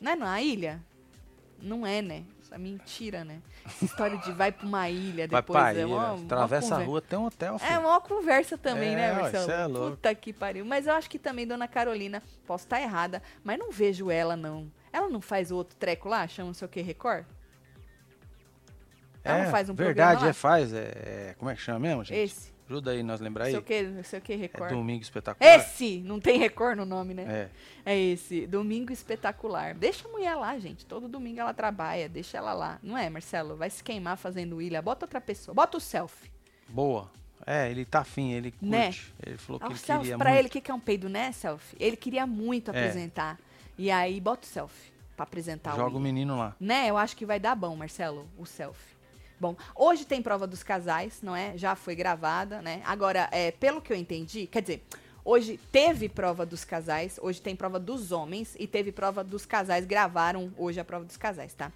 [SPEAKER 1] Não é na ilha? Não é, né? Isso é mentira, né? Essa história de vai pra uma ilha
[SPEAKER 3] Vai
[SPEAKER 1] depois.
[SPEAKER 3] pra
[SPEAKER 1] é
[SPEAKER 3] ilha,
[SPEAKER 1] mó- mó
[SPEAKER 3] atravessa a
[SPEAKER 1] conver-
[SPEAKER 3] rua, tem um hotel,
[SPEAKER 1] É
[SPEAKER 3] filho.
[SPEAKER 1] uma conversa também,
[SPEAKER 3] É,
[SPEAKER 1] né,
[SPEAKER 3] ó,
[SPEAKER 1] Marcelo?
[SPEAKER 3] cê é louco.
[SPEAKER 1] Puta que pariu. Mas eu acho que também Dona Carolina, posso estar errada, mas não vejo ela, não. Ela não faz o outro treco lá, chama não sei o que Record? Ela não faz um
[SPEAKER 3] verdade,
[SPEAKER 1] programa lá?
[SPEAKER 3] é, faz. É, é- como é que chama mesmo, gente?
[SPEAKER 1] Esse.
[SPEAKER 3] Ajuda aí, nós lembrar
[SPEAKER 1] Não
[SPEAKER 3] aí.
[SPEAKER 1] sei o que, não sei o que
[SPEAKER 3] É
[SPEAKER 1] Record.
[SPEAKER 3] Domingo Espetacular.
[SPEAKER 1] Esse! Não tem Record no nome, né?
[SPEAKER 3] É.
[SPEAKER 1] É esse, Domingo Espetacular. Deixa a mulher lá, gente. Todo domingo ela trabalha, deixa ela lá. Não é, Marcelo? Vai se queimar fazendo ilha. Bota outra pessoa, bota o selfie.
[SPEAKER 3] Boa. É, ele tá afim, ele curte.
[SPEAKER 1] Né?
[SPEAKER 3] Ele falou que
[SPEAKER 1] Ah, o
[SPEAKER 3] ele
[SPEAKER 1] selfie
[SPEAKER 3] queria
[SPEAKER 1] pra
[SPEAKER 3] muito.
[SPEAKER 1] ele, o que, que é um peido, né, selfie? Ele queria muito
[SPEAKER 3] É.
[SPEAKER 1] apresentar. E aí, bota o selfie pra apresentar o
[SPEAKER 3] Joga
[SPEAKER 1] ilha.
[SPEAKER 3] o menino lá.
[SPEAKER 1] Né? Eu acho que vai dar bom, Marcelo, o selfie. Bom, hoje tem prova dos casais, não é? Já foi gravada, né? Agora, é, pelo que eu entendi, quer dizer, hoje teve prova dos casais, hoje tem prova dos homens e teve prova dos casais, gravaram hoje a prova dos casais, tá?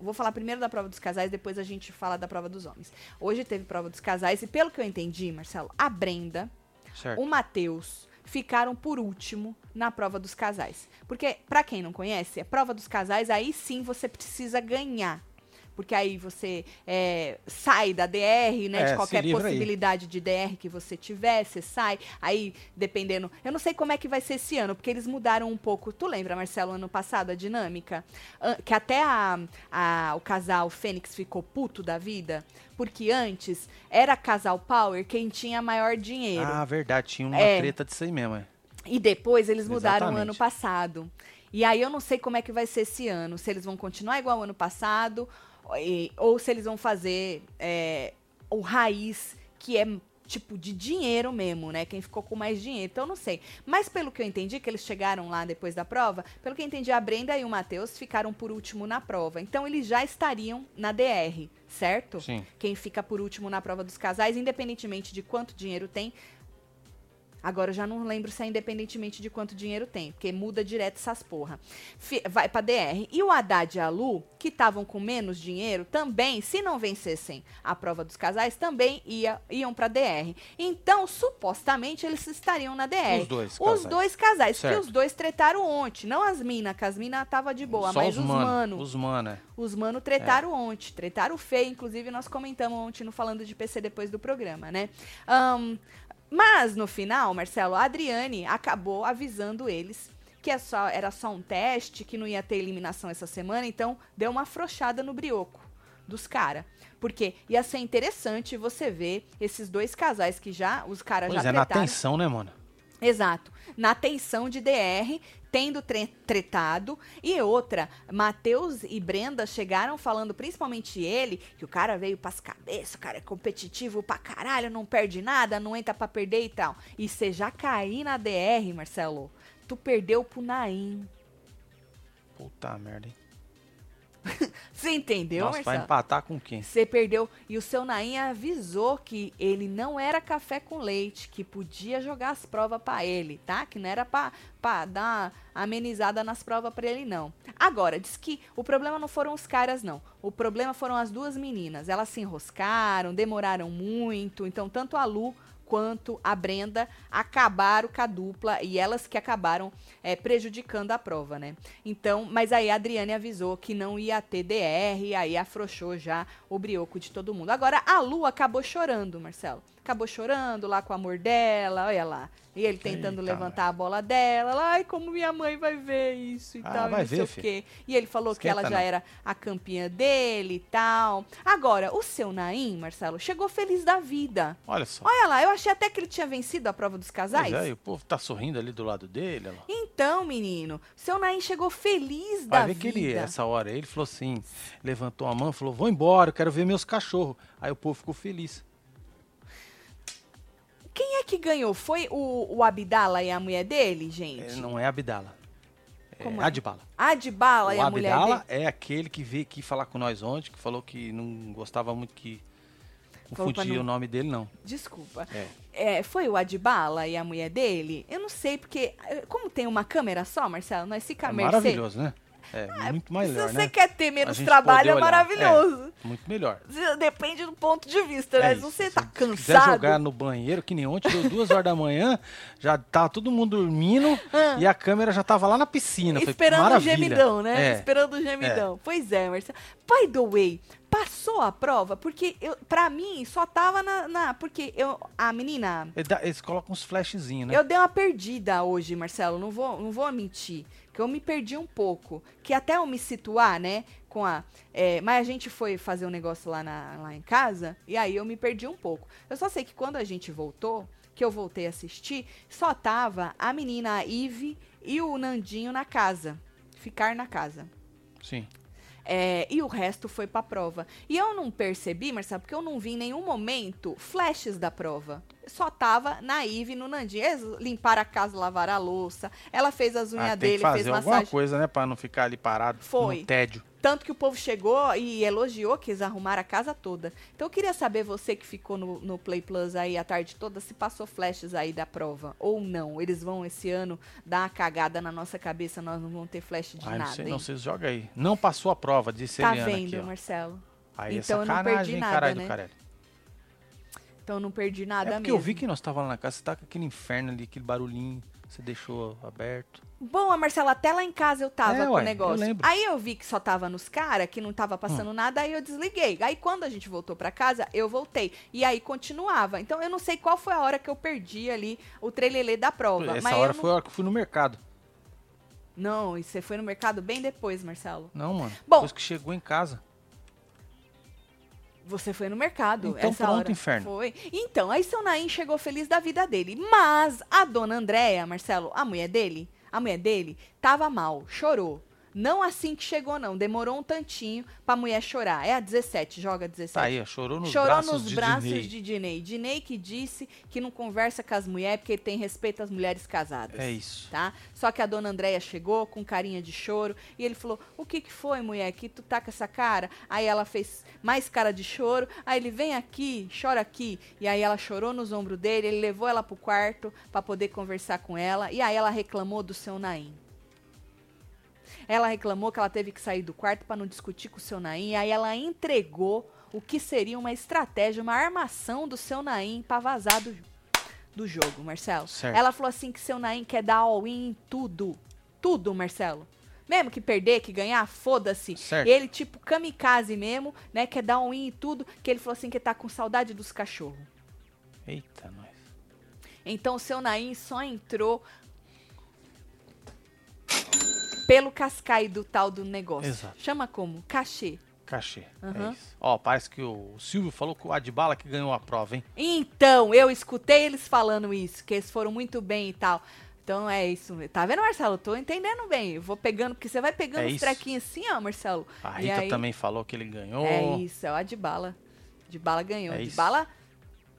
[SPEAKER 1] Vou falar primeiro da prova dos casais, depois a gente fala da prova dos homens. Hoje teve prova dos casais e pelo que eu entendi, Marcelo, a Brenda,
[SPEAKER 3] Certo.
[SPEAKER 1] o Matheus ficaram por último na prova dos casais. Porque, pra quem não conhece, a prova dos casais, aí sim você precisa ganhar. Porque aí você é, sai da DR, né?
[SPEAKER 3] É,
[SPEAKER 1] de
[SPEAKER 3] se
[SPEAKER 1] qualquer
[SPEAKER 3] livra aí.
[SPEAKER 1] possibilidade de DR que você tiver, você sai. Aí, dependendo. Eu não sei como é que vai ser esse ano, porque eles mudaram um pouco. Tu lembra, Marcelo, ano passado, a dinâmica? An- Que até a- a- o casal Fênix ficou puto da vida. Porque antes era casal Power quem tinha maior dinheiro.
[SPEAKER 3] Ah, verdade, tinha uma
[SPEAKER 1] É.
[SPEAKER 3] treta disso aí mesmo, é.
[SPEAKER 1] E depois eles mudaram
[SPEAKER 3] Exatamente.
[SPEAKER 1] ano passado. E aí eu não sei como é que vai ser esse ano. Se eles vão continuar igual ao ano passado, e- ou se eles vão fazer é, o raiz, que é tipo de dinheiro mesmo, né? Quem ficou com mais dinheiro. Então eu não sei. Mas pelo que eu entendi, que eles chegaram lá depois da prova, pelo que eu entendi, a Brenda e o Matheus ficaram por último na prova. Então eles já estariam na DR, certo?
[SPEAKER 3] Sim.
[SPEAKER 1] Quem fica por último na prova dos casais, independentemente de quanto dinheiro tem. Agora eu já não lembro se é independentemente de quanto dinheiro tem, porque muda direto essas porra. Fi- vai pra DR. E o Haddad e a Lu, que estavam com menos dinheiro, também, se não vencessem a prova dos casais, também ia, iam pra DR. Então, supostamente, eles estariam na DR.
[SPEAKER 3] Os dois
[SPEAKER 1] É. Os
[SPEAKER 3] casais.
[SPEAKER 1] dois casais,
[SPEAKER 3] Certo.
[SPEAKER 1] que os dois tretaram ontem. Não as minas, que as minas tava de boa,
[SPEAKER 3] Só
[SPEAKER 1] mas os
[SPEAKER 3] mano,
[SPEAKER 1] mano.
[SPEAKER 3] Os mano, é.
[SPEAKER 1] Os mano tretaram ontem, tretaram feio, inclusive nós comentamos ontem no Falando de PC depois do programa, né? Ahn, mas no final, Marcelo, a Adriane acabou avisando eles que é só, era só um teste, que não ia ter eliminação essa semana, então deu uma afrouxada no brioco dos caras. Porque ia ser interessante você ver esses dois casais que já, os caras já
[SPEAKER 3] Pois é, na
[SPEAKER 1] tretaram.
[SPEAKER 3] tensão, né, mano?
[SPEAKER 1] Exato. Na tensão de DR, tendo tre- tretado. E outra, Matheus e Brenda chegaram falando, principalmente ele, que o cara veio pras cabeças, o cara é competitivo pra caralho, não perde nada, não entra pra perder e tal. E você já cair na DR, Marcelo, tu perdeu pro Naim.
[SPEAKER 3] Puta merda, hein?
[SPEAKER 1] Você entendeu,
[SPEAKER 3] Nossa, vai
[SPEAKER 1] Marcelo?
[SPEAKER 3] empatar com quem?
[SPEAKER 1] Você perdeu. E o seu Naim avisou que ele não era café com leite, que podia jogar as provas pra ele, tá? Que não era pra, pra dar uma amenizada nas provas pra ele, não. Agora, diz que o problema não foram os caras, não. O problema foram as duas meninas. Elas se enroscaram, demoraram muito. Então, tanto a Lu quanto a Brenda acabaram com a dupla e elas que acabaram é, prejudicando a prova, né? Então, mas aí a Adriane avisou que não ia ter DR, aí afrouxou já o brioco de todo mundo. Agora, a Lu acabou chorando, Marcelo. acabou chorando lá com o amor dela, olha lá. E ele tentando
[SPEAKER 3] Eita,
[SPEAKER 1] levantar a bola dela, lá, ai, como minha mãe vai ver isso e
[SPEAKER 3] Ah,
[SPEAKER 1] tal, e
[SPEAKER 3] vai
[SPEAKER 1] não sei
[SPEAKER 3] ver,
[SPEAKER 1] o
[SPEAKER 3] fi.
[SPEAKER 1] quê. E ele falou que
[SPEAKER 3] Esquenta
[SPEAKER 1] ela já
[SPEAKER 3] não.
[SPEAKER 1] era a campeã dele e tal. Agora, o seu Naim, Marcelo, chegou feliz da vida.
[SPEAKER 3] Olha só.
[SPEAKER 1] Olha lá, eu achei até que ele tinha vencido a prova dos casais.
[SPEAKER 3] Pois é, e o povo tá sorrindo ali do lado dele. Olha lá.
[SPEAKER 1] Então, menino, seu Naim chegou feliz da
[SPEAKER 3] Vai ver
[SPEAKER 1] vida.
[SPEAKER 3] que ele, essa hora, aí, ele falou assim, levantou a mão, falou, vou embora, eu quero ver meus cachorros. Aí o povo ficou feliz.
[SPEAKER 1] Quem é que ganhou? Foi o, o Abdala e a mulher dele, gente?
[SPEAKER 3] É, não é Abdala. É
[SPEAKER 1] Como é?
[SPEAKER 3] Adbala.
[SPEAKER 1] A Adbala e
[SPEAKER 3] O
[SPEAKER 1] a mulher
[SPEAKER 3] Abdala
[SPEAKER 1] dele.
[SPEAKER 3] é aquele que veio aqui falar com nós ontem, que falou que não gostava muito que
[SPEAKER 1] Falou pra
[SPEAKER 3] confundia
[SPEAKER 1] não-
[SPEAKER 3] o nome dele, não.
[SPEAKER 1] Desculpa.
[SPEAKER 3] É.
[SPEAKER 1] É, foi o Adbala e a mulher dele? Eu não sei, porque. eh, Como tem uma câmera só, Marcelo, nós
[SPEAKER 3] É
[SPEAKER 1] ficamos
[SPEAKER 3] maravilhoso, né? É, muito melhor,
[SPEAKER 1] Ah, Se você
[SPEAKER 3] né?
[SPEAKER 1] quer ter
[SPEAKER 3] A
[SPEAKER 1] menos
[SPEAKER 3] gente
[SPEAKER 1] trabalho,
[SPEAKER 3] poder
[SPEAKER 1] é
[SPEAKER 3] olhar.
[SPEAKER 1] maravilhoso.
[SPEAKER 3] É, muito melhor.
[SPEAKER 1] Depende do ponto de vista, né?
[SPEAKER 3] É
[SPEAKER 1] Se
[SPEAKER 3] isso.
[SPEAKER 1] você tá
[SPEAKER 3] Se quiser
[SPEAKER 1] cansado.
[SPEAKER 3] jogar no banheiro, que nem ontem, deu duas horas da manhã, já tá todo mundo dormindo e a câmera já tava lá na piscina. Eu falei,
[SPEAKER 1] Ah. Esperando o
[SPEAKER 3] maravilha.
[SPEAKER 1] gemidão, né?
[SPEAKER 3] É.
[SPEAKER 1] Esperando o gemidão. Pois é, Marcelo. By the way, passou a prova, porque eu, pra mim só tava na. na- porque eu, a menina.
[SPEAKER 3] Ele dá- Eles colocam uns flashzinhos, né?
[SPEAKER 1] Eu dei uma perdida hoje, Marcelo, não vou, não vou mentir. Que eu me perdi um pouco. Que até eu me situar, né? Com a. é, mas a gente foi fazer um negócio lá, na- lá em casa, e aí eu me perdi um pouco. Eu só sei que quando a gente voltou, que eu voltei a assistir, só tava a menina, a Ive e o Nandinho na casa. Ficar na casa.
[SPEAKER 3] Sim.
[SPEAKER 1] É, e o resto foi pra prova. E eu não percebi, Marcelo, porque eu não vi em nenhum momento flashes da prova. Só tava na Ive e no Nandinho. Eles limparam a casa, lavaram a louça. Ela fez as unhas
[SPEAKER 3] Ah,
[SPEAKER 1] dele,
[SPEAKER 3] tem que
[SPEAKER 1] fez
[SPEAKER 3] fazer alguma
[SPEAKER 1] massagem.
[SPEAKER 3] coisa, né? Pra não ficar ali parado
[SPEAKER 1] Foi.
[SPEAKER 3] no tédio.
[SPEAKER 1] Tanto que o povo chegou e elogiou que eles arrumaram a casa toda. Então eu queria saber, você que ficou no, no Play Plus aí a tarde toda, se passou flashes aí da prova ou não. Eles vão esse ano dar uma cagada na nossa cabeça, nós não vamos ter flash de
[SPEAKER 3] Ah, não
[SPEAKER 1] nada.
[SPEAKER 3] sei,
[SPEAKER 1] hein?
[SPEAKER 3] não sei, joga aí. Não passou a prova, disse
[SPEAKER 1] tá
[SPEAKER 3] Eliana
[SPEAKER 1] vendo,
[SPEAKER 3] aqui, ó.
[SPEAKER 1] Marcelo?
[SPEAKER 3] Aí
[SPEAKER 1] Então
[SPEAKER 3] é
[SPEAKER 1] eu não
[SPEAKER 3] sacanagem,
[SPEAKER 1] perdi
[SPEAKER 3] hein,
[SPEAKER 1] nada,
[SPEAKER 3] caralho
[SPEAKER 1] né?
[SPEAKER 3] do caralho.
[SPEAKER 1] Então eu não perdi nada
[SPEAKER 3] É porque
[SPEAKER 1] mesmo.
[SPEAKER 3] eu vi que nós tava lá na casa, você tá com aquele inferno ali, aquele barulhinho, você deixou aberto.
[SPEAKER 1] Bom, a Marcela, até lá em casa eu tava
[SPEAKER 3] É,
[SPEAKER 1] com
[SPEAKER 3] ué,
[SPEAKER 1] o negócio.
[SPEAKER 3] eu lembro. Hum.
[SPEAKER 1] aí eu vi que só tava nos caras, que não tava passando nada, aí eu desliguei. Aí quando a gente voltou pra casa, eu voltei. E aí continuava. Então eu não sei qual foi a hora que eu perdi ali o trelelê da prova.
[SPEAKER 3] Essa
[SPEAKER 1] mas
[SPEAKER 3] hora
[SPEAKER 1] eu não...
[SPEAKER 3] foi a hora que eu fui no mercado.
[SPEAKER 1] Não, e você foi no mercado bem depois, Marcelo.
[SPEAKER 3] Não, mano.
[SPEAKER 1] Bom.
[SPEAKER 3] Depois que chegou em casa.
[SPEAKER 1] Você foi no mercado.
[SPEAKER 3] Então
[SPEAKER 1] essa
[SPEAKER 3] pronto,
[SPEAKER 1] hora.
[SPEAKER 3] inferno.
[SPEAKER 1] Foi. Então, aí seu Naim chegou feliz da vida dele. Mas a dona Andréia, Marcelo, a mulher dele, a mulher dele, tava mal, chorou. Não assim que chegou, não. Demorou um tantinho pra mulher chorar. É a 17, joga 17.
[SPEAKER 3] Tá aí, ó, chorou nos
[SPEAKER 1] Chorou
[SPEAKER 3] braços
[SPEAKER 1] nos
[SPEAKER 3] de
[SPEAKER 1] braços
[SPEAKER 3] Dinei.
[SPEAKER 1] de Dinei. Dinei que disse que não conversa com as mulheres porque tem respeito às mulheres casadas.
[SPEAKER 3] É isso.
[SPEAKER 1] Tá? Só que a dona Andréia chegou com carinha de choro e ele falou: O que, que foi, mulher? Que tu tá com essa cara? Aí ela fez mais cara de choro. Aí ele vem aqui, chora aqui. E aí ela chorou nos ombros dele, ele levou ela pro quarto pra poder conversar com ela. E aí ela reclamou do seu Naim. Ela reclamou que ela teve que sair do quarto pra não discutir com o seu Naim. E aí ela entregou o que seria uma estratégia, uma armação do seu Naim pra vazar do, do jogo, Marcelo.
[SPEAKER 3] Certo.
[SPEAKER 1] Ela falou assim que seu Naim quer dar all-in em tudo. Tudo, Marcelo. Mesmo que perder, que ganhar, foda-se.
[SPEAKER 3] Certo.
[SPEAKER 1] Ele, tipo, kamikaze mesmo, né? Quer dar all-in em tudo, que ele falou assim que tá com saudade dos cachorros.
[SPEAKER 3] Eita, nós.
[SPEAKER 1] Então o seu Naim só entrou pelo cascai do tal do negócio.
[SPEAKER 3] Exato.
[SPEAKER 1] Chama como? Cachê.
[SPEAKER 3] Cachê.
[SPEAKER 1] Aham.
[SPEAKER 3] É isso. Ó, parece que o Silvio falou que o Adbala que ganhou a prova, hein?
[SPEAKER 1] Então, eu escutei eles falando isso, que eles foram muito bem e tal. Então é isso. Tá vendo, Marcelo? Eu Tô entendendo bem. Eu vou pegando, porque você vai pegando
[SPEAKER 3] É
[SPEAKER 1] os
[SPEAKER 3] isso.
[SPEAKER 1] trequinhos assim, ó, Marcelo.
[SPEAKER 3] A
[SPEAKER 1] E
[SPEAKER 3] Rita
[SPEAKER 1] aí-
[SPEAKER 3] também falou que ele ganhou.
[SPEAKER 1] É isso, é o Adbala. Adbala ganhou.
[SPEAKER 3] É
[SPEAKER 1] de
[SPEAKER 3] isso.
[SPEAKER 1] Adbala,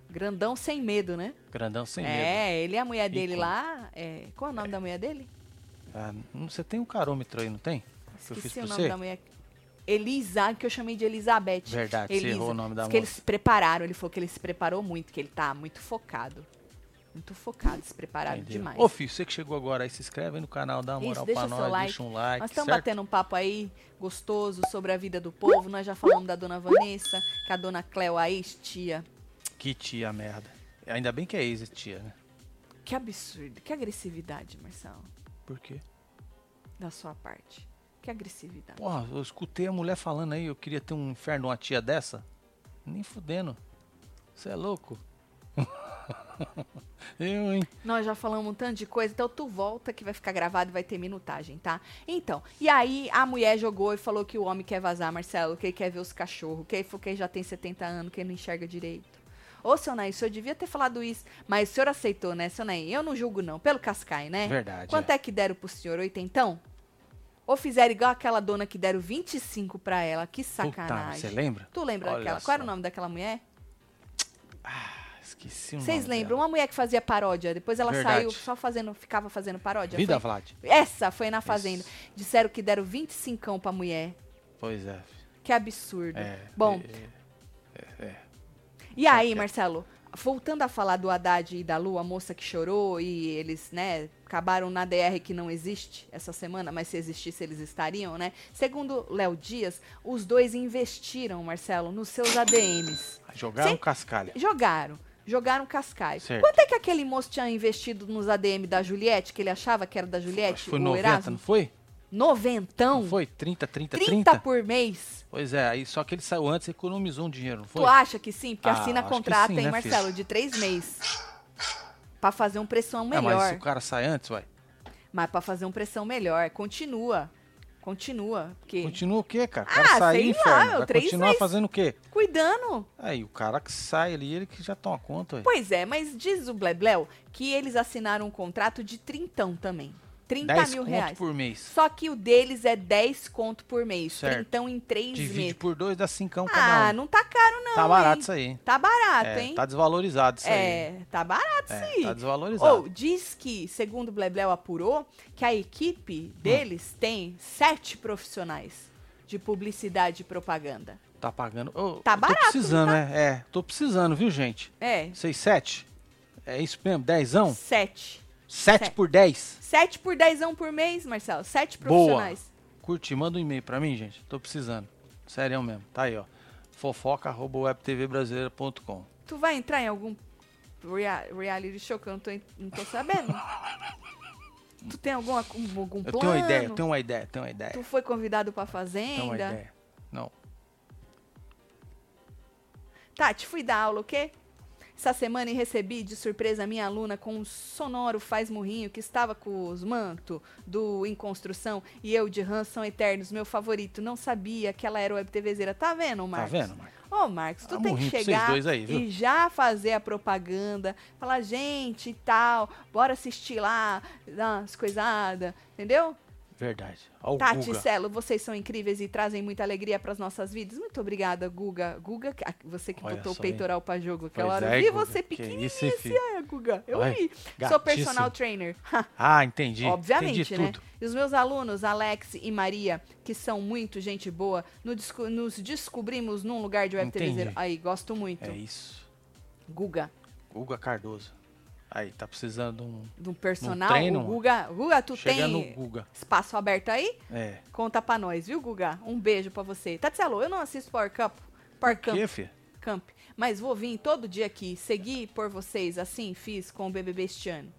[SPEAKER 1] grandão sem medo, né?
[SPEAKER 3] Grandão sem medo.
[SPEAKER 1] é, ele e a mulher dele
[SPEAKER 3] Ícone.
[SPEAKER 1] lá. é, qual é o nome da mulher dele?
[SPEAKER 3] Ah, não- você tem um carômetro aí, não tem? Que eu fiz
[SPEAKER 1] Esqueci
[SPEAKER 3] pra
[SPEAKER 1] o nome
[SPEAKER 3] você?
[SPEAKER 1] da mulher. Elisa, que eu chamei de Elizabeth.
[SPEAKER 3] Verdade, você
[SPEAKER 1] Elisa.
[SPEAKER 3] errou o nome da
[SPEAKER 1] Diz que eles
[SPEAKER 3] moça.
[SPEAKER 1] se prepararam, ele falou que ele se preparou muito, que ele tá muito focado. Muito focado, se prepararam
[SPEAKER 3] Entendeu?
[SPEAKER 1] demais.
[SPEAKER 3] Ô, filho, você que chegou agora aí, se inscreve aí no canal, dá uma
[SPEAKER 1] Isso,
[SPEAKER 3] moral
[SPEAKER 1] deixa
[SPEAKER 3] pra
[SPEAKER 1] seu
[SPEAKER 3] nós,
[SPEAKER 1] like.
[SPEAKER 3] deixa um like,
[SPEAKER 1] Nós estamos
[SPEAKER 3] certo?
[SPEAKER 1] batendo um papo aí gostoso sobre a vida do povo. Nós já falamos da dona Vanessa, que a dona Cleo, a ex-tia.
[SPEAKER 3] Que tia merda. Ainda bem que é ex tia, né?
[SPEAKER 1] Que absurdo, que agressividade, Marcelo,
[SPEAKER 3] Por quê?
[SPEAKER 1] da sua parte. Que agressividade.
[SPEAKER 3] Porra, eu escutei a mulher falando aí, eu queria ter um inferno, uma tia dessa. Nem fudendo. Você é louco? Eu, hein?
[SPEAKER 1] Nós já falamos um tanto de coisa, então tu volta que vai ficar gravado e vai ter minutagem, tá? Então, e aí a mulher jogou e falou que o homem quer vazar, Marcelo, que ele quer ver os cachorros, que ele falou que ele já tem 70 anos, que ele não enxerga direito. Ô, seu Nain, o senhor devia ter falado isso, mas o senhor aceitou, né, seu Nain? Eu não julgo, não, pelo Cascai, né?
[SPEAKER 3] Verdade,
[SPEAKER 1] Quanto é, que deram pro senhor? Oitentão? Ou fizeram igual aquela dona que deram 25 pra ela, que
[SPEAKER 3] Puta,
[SPEAKER 1] sacanagem.
[SPEAKER 3] você lembra?
[SPEAKER 1] tu lembra
[SPEAKER 3] Olha
[SPEAKER 1] daquela? Qual era
[SPEAKER 3] só.
[SPEAKER 1] o nome daquela mulher?
[SPEAKER 3] Ah, esqueci o
[SPEAKER 1] Vocês
[SPEAKER 3] nome
[SPEAKER 1] lembram? Uma mulher que fazia paródia, depois ela
[SPEAKER 3] é. Verdade.
[SPEAKER 1] saiu só fazendo, ficava fazendo paródia.
[SPEAKER 3] dela. Vida,
[SPEAKER 1] Foi-
[SPEAKER 3] Vlad.
[SPEAKER 1] Essa foi na Fazenda. Disseram que deram 25 pra mulher.
[SPEAKER 3] Pois é.
[SPEAKER 1] Que absurdo.
[SPEAKER 3] é
[SPEAKER 1] Bom,
[SPEAKER 3] é,
[SPEAKER 1] e aí, Marcelo, voltando a falar do Haddad e da Lu, a moça que chorou e eles, né, acabaram na DR que não existe essa semana, mas se existisse eles estariam, né? Segundo Léo Dias, os dois investiram, Marcelo, nos seus ADMs.
[SPEAKER 3] jogaram
[SPEAKER 1] Sim.
[SPEAKER 3] cascalha.
[SPEAKER 1] Jogaram. Jogaram cascalho.
[SPEAKER 3] Certo.
[SPEAKER 1] Quanto é que aquele moço tinha investido nos ADM da Juliette, que ele achava que era da
[SPEAKER 3] Acho
[SPEAKER 1] Juliette?
[SPEAKER 3] que foi
[SPEAKER 1] o
[SPEAKER 3] 90,
[SPEAKER 1] Erasmo?
[SPEAKER 3] não foi?
[SPEAKER 1] Noventão?
[SPEAKER 3] Não foi? 30, 30,
[SPEAKER 1] 30,
[SPEAKER 3] 30?
[SPEAKER 1] por mês?
[SPEAKER 3] Pois é, aí só que ele saiu antes e economizou um dinheiro, não foi?
[SPEAKER 1] Tu acha que sim? Porque
[SPEAKER 3] Ah,
[SPEAKER 1] assina
[SPEAKER 3] acho que
[SPEAKER 1] contrato,
[SPEAKER 3] sim,
[SPEAKER 1] hein,
[SPEAKER 3] né,
[SPEAKER 1] Marcelo,
[SPEAKER 3] filho?
[SPEAKER 1] de três meses. Pra fazer um pressão
[SPEAKER 3] Ah,
[SPEAKER 1] melhor.
[SPEAKER 3] mas se
[SPEAKER 1] mas
[SPEAKER 3] o cara sai antes, vai.
[SPEAKER 1] pra fazer um pressão melhor. Continua. Continua. Porque...
[SPEAKER 3] Continua o quê, cara? O
[SPEAKER 1] Ah,
[SPEAKER 3] cara sai
[SPEAKER 1] sei lá,
[SPEAKER 3] inferno.
[SPEAKER 1] meu,
[SPEAKER 3] vai
[SPEAKER 1] três
[SPEAKER 3] continuar
[SPEAKER 1] meses.
[SPEAKER 3] fazendo o quê?
[SPEAKER 1] Cuidando.
[SPEAKER 3] Aí o cara que sai ali, ele que já toma conta, ué.
[SPEAKER 1] Pois é, mas diz o Blebleu que eles assinaram um contrato de trintão também. 30
[SPEAKER 3] 10
[SPEAKER 1] mil
[SPEAKER 3] conto
[SPEAKER 1] reais.
[SPEAKER 3] por mês.
[SPEAKER 1] Só que o deles é 10 conto por mês.
[SPEAKER 3] Certo.
[SPEAKER 1] Trintão em três
[SPEAKER 3] Divide
[SPEAKER 1] meses.
[SPEAKER 3] por dois, dá cincão
[SPEAKER 1] Ah,
[SPEAKER 3] cada um.
[SPEAKER 1] não tá caro, não.
[SPEAKER 3] tá barato
[SPEAKER 1] hein?
[SPEAKER 3] isso aí, hein?
[SPEAKER 1] Tá barato,
[SPEAKER 3] É,
[SPEAKER 1] hein?
[SPEAKER 3] tá desvalorizado isso aí.
[SPEAKER 1] É, tá barato
[SPEAKER 3] É,
[SPEAKER 1] sim.
[SPEAKER 3] tá desvalorizado.
[SPEAKER 1] Ou diz que, segundo o Blebleu apurou, que a equipe
[SPEAKER 3] Hum.
[SPEAKER 1] deles tem sete profissionais de publicidade e propaganda.
[SPEAKER 3] Tá pagando. Ô,
[SPEAKER 1] Tá
[SPEAKER 3] eu
[SPEAKER 1] barato,
[SPEAKER 3] Tô
[SPEAKER 1] não
[SPEAKER 3] precisando,
[SPEAKER 1] tá?
[SPEAKER 3] né? É, tô precisando, viu, gente?
[SPEAKER 1] É,
[SPEAKER 3] 6, 7? É isso mesmo? Dezão?
[SPEAKER 1] sete.
[SPEAKER 3] 7
[SPEAKER 1] Sete.
[SPEAKER 3] por 10?
[SPEAKER 1] Sete por dezão por mês, Marcelo. Sete
[SPEAKER 3] Boa.
[SPEAKER 1] profissionais.
[SPEAKER 3] Curti, manda um e-mail pra mim, gente. Tô precisando. Sério mesmo. Tá aí, ó. fofoca.webtvbrasileira.com
[SPEAKER 1] Tu vai entrar em algum rea- reality show que eu não tô, en- não tô sabendo? tu tem alguma, um- algum
[SPEAKER 3] Eu
[SPEAKER 1] plano?
[SPEAKER 3] tenho uma ideia, eu tenho uma ideia, eu tenho uma ideia.
[SPEAKER 1] Tu foi convidado pra
[SPEAKER 3] eu tenho uma
[SPEAKER 1] Fazenda?
[SPEAKER 3] ideia. Não. tá
[SPEAKER 1] Tati, fui dar aula, o quê? Essa semana e recebi de surpresa minha aluna com um sonoro faz murrinho que estava com os manto do Em Construção e eu de Hans são eternos, meu favorito. Não sabia que ela era web TVzeira. Tá vendo, Marcos?
[SPEAKER 3] Tá vendo, Marcos?
[SPEAKER 1] Ô, Marcos, tu
[SPEAKER 3] Tá
[SPEAKER 1] tem que
[SPEAKER 3] morrendo pra vocês
[SPEAKER 1] chegar
[SPEAKER 3] dois aí, viu?
[SPEAKER 1] e já fazer a propaganda, falar, gente e tal, bora assistir lá, dar umas coisadas, entendeu?
[SPEAKER 3] Verdade. Ó o
[SPEAKER 1] Tati é e
[SPEAKER 3] Guga.
[SPEAKER 1] Celo, vocês são incríveis e trazem muita alegria para nossas vidas. Muito obrigada, Guga. Guga, que- ah, você que
[SPEAKER 3] Olha
[SPEAKER 1] botou o
[SPEAKER 3] só, hein?
[SPEAKER 1] peitoral para jogo aquela
[SPEAKER 3] Pois
[SPEAKER 1] hora.
[SPEAKER 3] é,
[SPEAKER 1] Vi
[SPEAKER 3] Guga.
[SPEAKER 1] você
[SPEAKER 3] Que
[SPEAKER 1] pequenininha,
[SPEAKER 3] isso, hein, filho?
[SPEAKER 1] assim, ah, Guga. Eu
[SPEAKER 3] Olha,
[SPEAKER 1] vi. Sou
[SPEAKER 3] gatíssimo.
[SPEAKER 1] personal trainer.
[SPEAKER 3] Ah, entendi.
[SPEAKER 1] Obviamente,
[SPEAKER 3] entendi
[SPEAKER 1] né?
[SPEAKER 3] tudo.
[SPEAKER 1] E os meus alunos, Alex e Maria, que são muito gente boa, no desco- nos descobrimos num lugar de web
[SPEAKER 3] Entendi.
[SPEAKER 1] TVzeiro. Aí, gosto muito.
[SPEAKER 3] É isso.
[SPEAKER 1] Guga,
[SPEAKER 3] Guga Cardoso. Aí, tá precisando de um.
[SPEAKER 1] do personal.
[SPEAKER 3] treino,
[SPEAKER 1] o Guga, Guga, tu
[SPEAKER 3] Chega
[SPEAKER 1] tem
[SPEAKER 3] no Guga.
[SPEAKER 1] espaço aberto aí?
[SPEAKER 3] É.
[SPEAKER 1] Conta pra nós, viu, Guga? Um beijo pra você. Tatselo, eu não assisto Power Cup, Power Camp,
[SPEAKER 3] Que, filho?
[SPEAKER 1] Camp, mas vou vir todo dia aqui, seguir por vocês, assim fiz com o BBB este ano.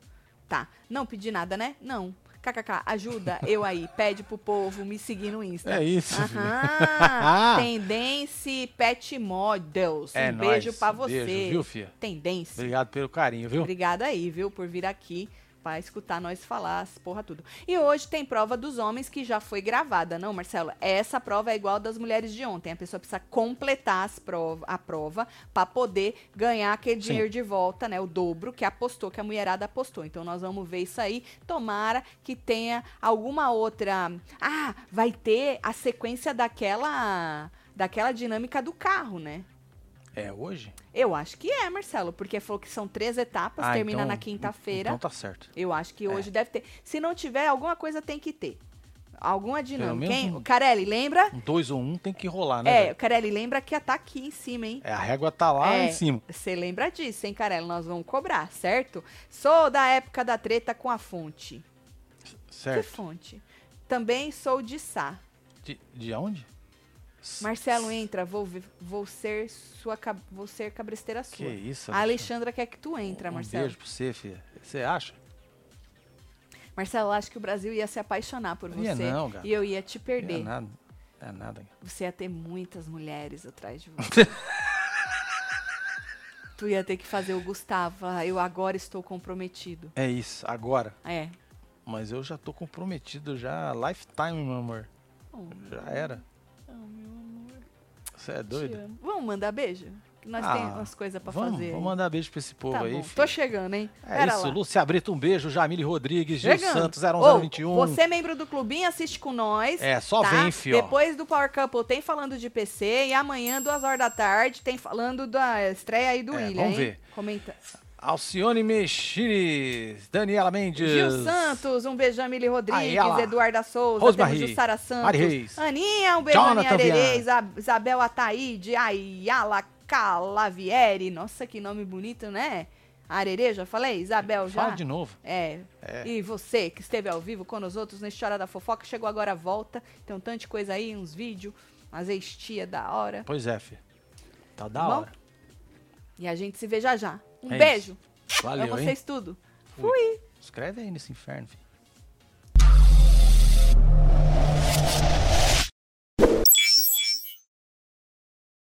[SPEAKER 1] Tá, não pedi nada, né? Não. KKK, ajuda eu aí, pede pro povo me seguir no Insta.
[SPEAKER 3] É isso. filho.
[SPEAKER 1] Aham, Tendência Pet Models.
[SPEAKER 3] É
[SPEAKER 1] um
[SPEAKER 3] nóis,
[SPEAKER 1] beijo pra
[SPEAKER 3] um
[SPEAKER 1] você.
[SPEAKER 3] beijo, viu, fia?
[SPEAKER 1] Tendência.
[SPEAKER 3] Obrigado pelo carinho, viu?
[SPEAKER 1] Obrigada aí, viu, por vir aqui pra escutar nós falar as porra tudo. E hoje tem prova dos homens que já foi gravada, não, Marcelo? Essa prova é igual a das mulheres de ontem. A pessoa precisa completar as prova, a prova pra poder ganhar aquele
[SPEAKER 3] Sim.
[SPEAKER 1] dinheiro de volta, né? O dobro que apostou, que a mulherada apostou. Então nós vamos ver isso aí. Tomara que tenha alguma outra. Ah, vai ter a sequência daquela daquela dinâmica do carro, né?
[SPEAKER 3] É hoje?
[SPEAKER 1] Eu acho que é, Marcelo, porque falou que são três etapas,
[SPEAKER 3] Ah,
[SPEAKER 1] termina
[SPEAKER 3] então-
[SPEAKER 1] na quinta-feira.
[SPEAKER 3] Então tá certo.
[SPEAKER 1] Eu acho que hoje deve ter. Se não tiver, alguma coisa tem que ter. Alguma dinâmica,
[SPEAKER 3] menos
[SPEAKER 1] hein?
[SPEAKER 3] um.
[SPEAKER 1] O Carelli, lembra?
[SPEAKER 3] Um dois ou um tem que rolar, né?
[SPEAKER 1] É,
[SPEAKER 3] velho?
[SPEAKER 1] o Carelli lembra que tá aqui em cima, hein?
[SPEAKER 3] É, a régua tá lá
[SPEAKER 1] É.
[SPEAKER 3] em cima.
[SPEAKER 1] Você lembra disso, hein, Carelli? Nós vamos cobrar, certo? Sou da época da treta com a fonte. Que
[SPEAKER 3] Certo.
[SPEAKER 1] fonte? Também sou de Sá.
[SPEAKER 3] De, de onde? S-
[SPEAKER 1] Marcelo,
[SPEAKER 3] s-
[SPEAKER 1] entra, vou, vi- vou ser sua cab- vou ser cabresteira sua.
[SPEAKER 3] Que isso,
[SPEAKER 1] a Alexandra quer que tu entra,
[SPEAKER 3] um
[SPEAKER 1] Marcelo.
[SPEAKER 3] beijo pra você, filha. Você acha?
[SPEAKER 1] Marcelo, acho que o Brasil ia se apaixonar por
[SPEAKER 3] Ia
[SPEAKER 1] você.
[SPEAKER 3] não, gata.
[SPEAKER 1] e eu ia te
[SPEAKER 3] É
[SPEAKER 1] perder.
[SPEAKER 3] nada. É nada.
[SPEAKER 1] Você ia ter muitas mulheres atrás de você. Tu ia ter que fazer o Gustavo. falar, Eu agora estou comprometido.
[SPEAKER 3] É isso, agora.
[SPEAKER 1] É.
[SPEAKER 3] Mas eu já tô comprometido já, lifetime, meu amor.
[SPEAKER 1] Oh,
[SPEAKER 3] Já era.
[SPEAKER 1] oh, meu amor.
[SPEAKER 3] Você é
[SPEAKER 1] te
[SPEAKER 3] doido?
[SPEAKER 1] amo. Vamos mandar beijo? Nós
[SPEAKER 3] Ah,
[SPEAKER 1] temos umas coisas pra
[SPEAKER 3] Vamos,
[SPEAKER 1] fazer.
[SPEAKER 3] vamos mandar beijo pra esse povo
[SPEAKER 1] tá
[SPEAKER 3] aí,
[SPEAKER 1] bom.
[SPEAKER 3] filho.
[SPEAKER 1] Tô chegando, hein?
[SPEAKER 3] É
[SPEAKER 1] Pera
[SPEAKER 3] isso,
[SPEAKER 1] lá.
[SPEAKER 3] Lúcia Brito, um beijo. Jamile Rodrigues, Gil
[SPEAKER 1] Chegando.
[SPEAKER 3] Santos,
[SPEAKER 1] Ô,
[SPEAKER 3] 01021.
[SPEAKER 1] Você é membro do clubinho, assiste com nós.
[SPEAKER 3] É, só
[SPEAKER 1] tá?
[SPEAKER 3] vem, fio.
[SPEAKER 1] Depois do Power Couple tem falando de PC e amanhã, duas horas da tarde, tem falando da estreia aí do
[SPEAKER 3] É,
[SPEAKER 1] William,
[SPEAKER 3] vamos
[SPEAKER 1] hein?
[SPEAKER 3] ver.
[SPEAKER 1] Comenta.
[SPEAKER 3] Alcione Mexires, Daniela Mendes.
[SPEAKER 1] Gil Santos, um beijo, Jamile
[SPEAKER 3] Aí,
[SPEAKER 1] Rodrigues,
[SPEAKER 3] olha lá.
[SPEAKER 1] Eduarda Souza,
[SPEAKER 3] Rosemary,
[SPEAKER 1] temos Jussara Santos,
[SPEAKER 3] Mari Reis,
[SPEAKER 1] Aninha, um beijo, Aninha
[SPEAKER 3] Jonathan
[SPEAKER 1] Arerê,
[SPEAKER 3] Viana.
[SPEAKER 1] Isa- Isabel Ataíde, Ayala Calavieri, nossa, que nome bonito, né? Arerê, já falei? Isabel, já?
[SPEAKER 3] Fala de novo.
[SPEAKER 1] É. E você que esteve ao vivo com nós outros neste Hora da Fofoca, chegou agora, volta. Tem um tanto de coisa aí, uns vídeos, umas ex-tia da hora.
[SPEAKER 3] Pois é, filho. Tá da
[SPEAKER 1] Bom,
[SPEAKER 3] hora.
[SPEAKER 1] E a gente se vê já já. Um
[SPEAKER 3] É
[SPEAKER 1] beijo.
[SPEAKER 3] Valeu,
[SPEAKER 1] Amo
[SPEAKER 3] hein?
[SPEAKER 1] vocês tudo.
[SPEAKER 3] Escreve aí nesse inferno, filho.